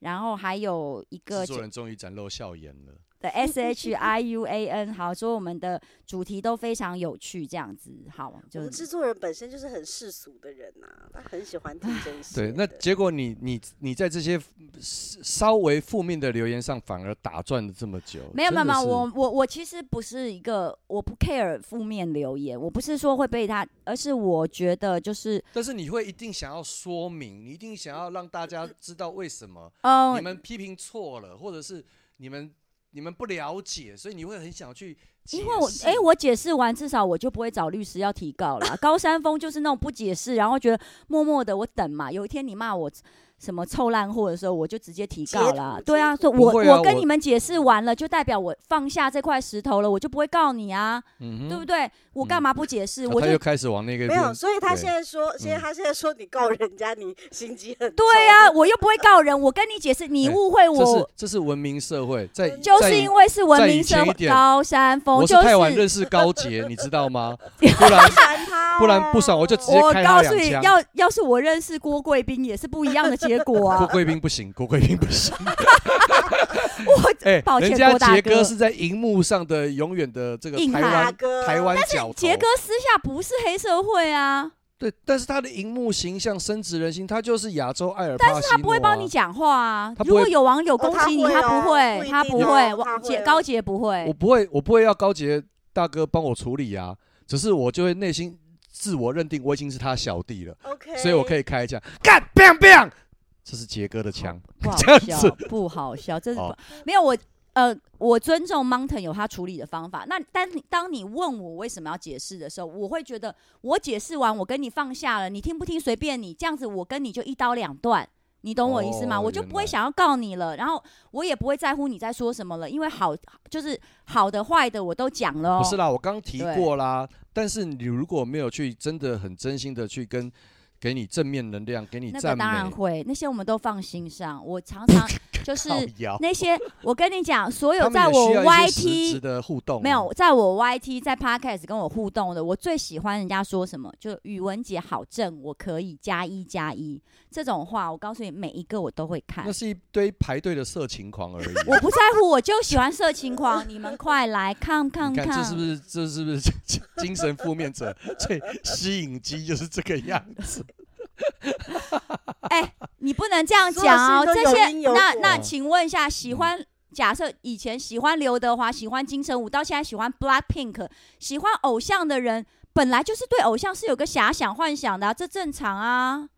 B: 然后还有一个
D: 制作人终于展露笑颜了。
B: 的 S H I U A N，好，说我们的主题都非常有趣，这样子，好，
C: 我
B: 就
C: 们
D: 哦
C: 制
B: 是
C: 作人本身就是很世俗的人呐、他很喜欢听这一些
D: 对，
C: 的。
D: 那结果你你你在这些稍微负面的留言上反而打转了这么久，
B: 没有没有
D: 真
B: 没
D: 的
B: 有，
D: 是
B: 我我我其实不是一个，我不 care 负面留言，我不是说会被他，而是我觉得就是，
D: 但是你会一定想要说明，你一定想要让大家知道为什么你
B: 嗯，
D: 们批评错了，或者是你们你们不了解，所以你会很想去解释。
B: 因为我哎、我解释完，至少我就不会找律师要提告了。高山峰就是那种不解释，然后觉得默默的我等嘛，有一天你骂我。什么臭烂货的时候，我就直接提
C: 截
B: 告
C: 图
B: 啦
C: 截。
B: 对啊，说
D: 不
B: 我
D: 会啊
B: 我跟
D: 我
B: 你们解释完了，就代表我放下这块石头了，我就不会告你啊，
D: 嗯
B: 对不
D: 哼，
B: 对？我干
D: 嗯
B: 嘛不解释？
D: 啊
B: 我
D: 他
B: 就
D: 就开始往那个
C: 没有，
D: 边
C: 所以他
D: 对
C: 现在说，现在
D: 嗯
C: 他现在说你告人家，你心机 很
B: 对啊，我又不会告人，我跟你解释，你
D: 哎
B: 误会
D: 这是
B: 我，
D: 这是文明社会，在
B: 就
D: 在
B: 是因为是文
D: 在
B: 明
D: 以
B: 社
D: 前一
B: 会
D: 点
B: 高山峰，
D: 我是
B: 就
D: 太晚认
B: 是
D: 识高杰，你知道 吗？不然
C: 烦他，哦
D: 不然不爽我就直接
B: 我
D: 开
B: 告
D: 他
B: 诉
D: 两
B: 你，
D: 枪
B: 要要是我认识郭贵宾，也是不一样的结果
D: 郭
B: 啊。
D: 贵宾不行，郭贵宾不行。
B: 我
D: 哎
B: 抱，歉
D: 人家
B: 郭大
D: 杰
B: 哥
D: 哥是在荧幕上的永远的这个
B: 硬
D: 台
B: 汉啊
C: 大
D: 湾
C: 哥，
D: 台湾角头。
B: 杰哥私下不是黑社会啊，
D: 对，但是他的荧幕形象深植人心，他就是亚洲艾尔
B: 但
D: 帕
B: 是
D: 西
B: 他
D: 诺。
B: 不会帮你，讲话啊
D: 啊他。不
B: 如
D: 会
B: 果有网友攻
C: 他
B: 击你，
C: 会
B: 他
C: 哦
B: 不
C: 不
B: 会
C: 一，
B: 他
C: 定
B: 不
C: 哦
B: 会
C: 他，
B: 王
C: 会
B: 杰
C: 哦
B: 高杰不会
D: 我。不会，我不会要高杰大哥帮我处理啊，只是我就会内心自我认定我已经是他小弟了，
C: ，OK，
D: 所以我可以开一枪，干 bang bang，这是杰哥的枪，
B: 不
D: 这样
B: 好笑
D: 子，
B: 不好笑，这是
D: 哦
B: 不没有我呃，我尊重 Mountain 有他处理的方法。那但你当你问我为什么要解释的时候，我会觉得我解释完，我跟你放下了，你听不听随便你，这样子我跟你就一刀两断。你懂我意思吗？
D: 哦
B: 我就
D: 原
B: 不会
D: 来
B: 想要告你了，然后我也不会在乎你在说什么了，因为好就是好的坏的我都讲了、哦。
D: 不是啦，我刚提
B: 对
D: 过啦。但是你如果没有去真的很真心的去跟给你正面能量，给你
B: 那
D: 赞
B: 个
D: 美，
B: 当然会，那些我们都放心上。我常 常就是
D: 靠腰，
B: 那些，我跟你讲，所有
D: 他们
B: 在
D: 也
B: 我
D: 需要一些实质
B: YT
D: 的互动啊、
B: 没有在我 YT 在 Podcast 跟我互动的，我最喜欢人家说什么，就宇文姐好正，我可以加一加一这种话，我告诉你，每一个我都会看
D: 那。是一堆排队的色情狂而已。啊
B: 我不在乎，我就喜欢色情狂，你们快来看看
D: 你看这是不
B: 看！
D: 是这是不是精神负面者最吸引机就是这个样子？
B: 哎，你不能这样
C: 所有
B: 讲哦，
C: 事都
B: 这
C: 有
B: 些
C: 因有
B: 那
C: 果
B: 那，
D: 嗯
B: 请问一下，喜欢假设以前喜欢刘德华、喜欢金城武，到现在喜欢 Black Pink，喜欢偶像的人，本来就是对偶像是有个遐想、幻想的啊、这正常啊。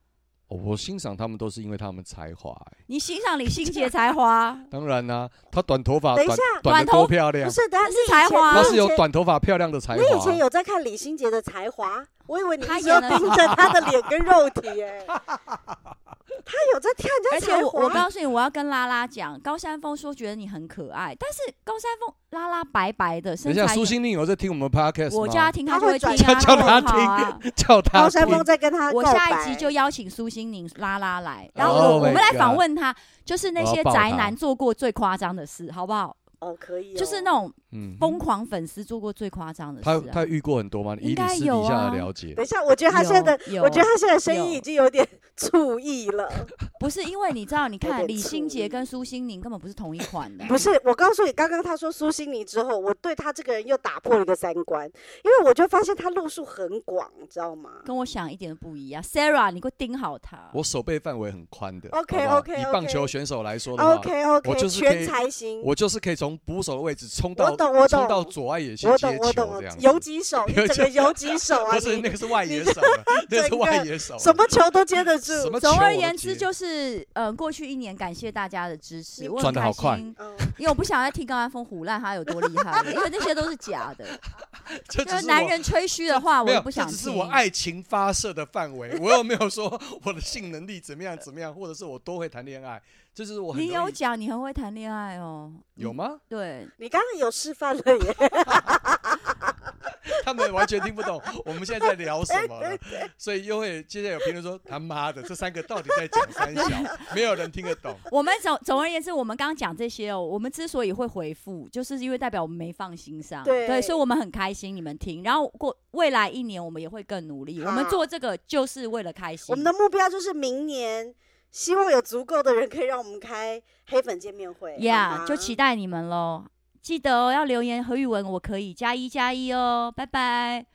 D: 哦我欣赏他们都是因为他们才华、哎
B: 你欣赏李心洁才华，啊
D: 当然啦、他短头发
C: 等一
D: 短
C: 下
D: 短
B: 短
D: 的
B: 头
D: 多漂亮
C: 不，是，等
B: 那
C: 下你
B: 是
C: 以
B: 才
C: 前
B: 华
D: 他
B: 啊
D: 是
C: 你
D: 有。
C: 以前
D: 短头发漂亮的才华。啊
C: 你以前有在看李心洁的才华？我以为你
B: 他
C: 一直要
B: 演了
C: 盯着他的脸跟肉体哎、 他有在看
B: 而
C: 人家
B: 且
C: 才
B: 我我
C: 华。
B: 告诉你，我要跟拉拉讲，高山峰说觉得你很可爱，但是高山峰拉拉白白的
D: 等
B: 身
D: 一
B: 材
D: 下，
B: 也，
D: 苏心令有在听我们 podcast
B: 我
D: 吗
B: 叫他听，
C: 他
B: 就会
C: 会
B: 听
C: 转
B: 啊，
D: 叫他
B: 很好啊。
D: 叫他
C: 高山
D: 听
C: 峰在跟 他
B: 我
C: 告
B: 下一
C: 白
B: 集就邀请苏心宁拉拉 来，然
D: 哦
B: 后我、我
D: my
B: 们来
D: God
B: 访问她，就是那
D: 我要
B: 些
D: 抱
B: 宅
D: 她
B: 男做过最夸张的事，好不好？
C: 哦，可以、哦，
B: 就是那种
D: 嗯哼
B: 疯狂粉丝做过最夸张的事、
D: 他
B: 啊。
D: 他遇过很多吗？以
B: 应
D: 你
B: 该
D: 私
B: 有
D: 底下
B: 啊
D: 的了解
C: 等，一下，我觉得他现在的，
B: 有
C: 我觉得他现在的声音
B: 有
C: 已经有点 醋意了。
B: 不是因为你知道，你看
C: 点
B: 李心
C: 醋
B: 洁
C: 意
B: 跟苏心宁根本不是同一款的，
C: 不是，我告诉你，刚刚他说苏心怡之后，我对他这个人又打破一个三观，因为我就发现他路数很广，你知道吗？
B: 跟我想一点都不一样。Sarah，你给我盯好他。
D: 我手背范围很宽的。
C: OK，
D: 好不好
C: OK，
D: 以
C: OK
D: 棒球选手来说的话
C: OK OK，
D: 我就是可以
C: 全才型，
D: 我就是可以从捕手的位置冲
C: 我
D: 到
C: 懂我
D: 冲
C: 懂
D: 到左外野去
C: 我
D: 接
C: 懂我
D: 球
C: 懂
D: 这样，子。
C: 游击 手，你
D: 游
C: 整
D: 击
C: 个游击手啊，
D: 不是
C: 你
D: 那个是外野手了， 那个是
C: 整
D: 外
C: 个
D: 野手了。啊
C: 什么球都接得住。
D: 什么球
B: 总而
D: 我都
B: 言
D: 接
B: 之，就是呃，过去一年感谢大家的支持，
C: 你
B: 我很
D: 转得
B: 开
D: 好快
B: 心，
C: 嗯，
B: 因为我不想再听高安峰胡烂他有多厉害了，因为那些都是假的。
D: 这
B: 就
D: 只
B: 是
D: 是
B: 男
D: 我
B: 人吹嘘的话，我
D: 没
B: 也
D: 有，
B: 不
D: 这
B: 想
D: 只
B: 听。
D: 是我爱情发射的范围。 我又没有说我的性能力怎么样怎么样，或者是我多会谈恋爱，这就是我很
B: 你
D: 容
B: 有
D: 易
B: 讲你很会谈恋爱哦，
D: 有吗？
B: 对，
C: 你刚刚有示范了耶，
D: 他们完全听不懂我们现在在聊什么了，所以又会接下来有评论说他妈的这三个到底在讲三小，没有人听得懂。
B: 我们总总而言之，我们刚刚讲这些哦，我们之所以会回复，就是因为代表我们没放心上，
C: 对
B: 所以我们很开心你们听。然后过未来一年，我们也会更努力。
C: 好
B: 我们做这个就是为了开心。
C: 我们的目标就是明年，希望有足够的人可以让我们开黑粉见面会。好
B: Yeah，
C: 吗
B: 就期待你们喽！记得哦，要留言何宇文，我可以加一加一哦，拜拜。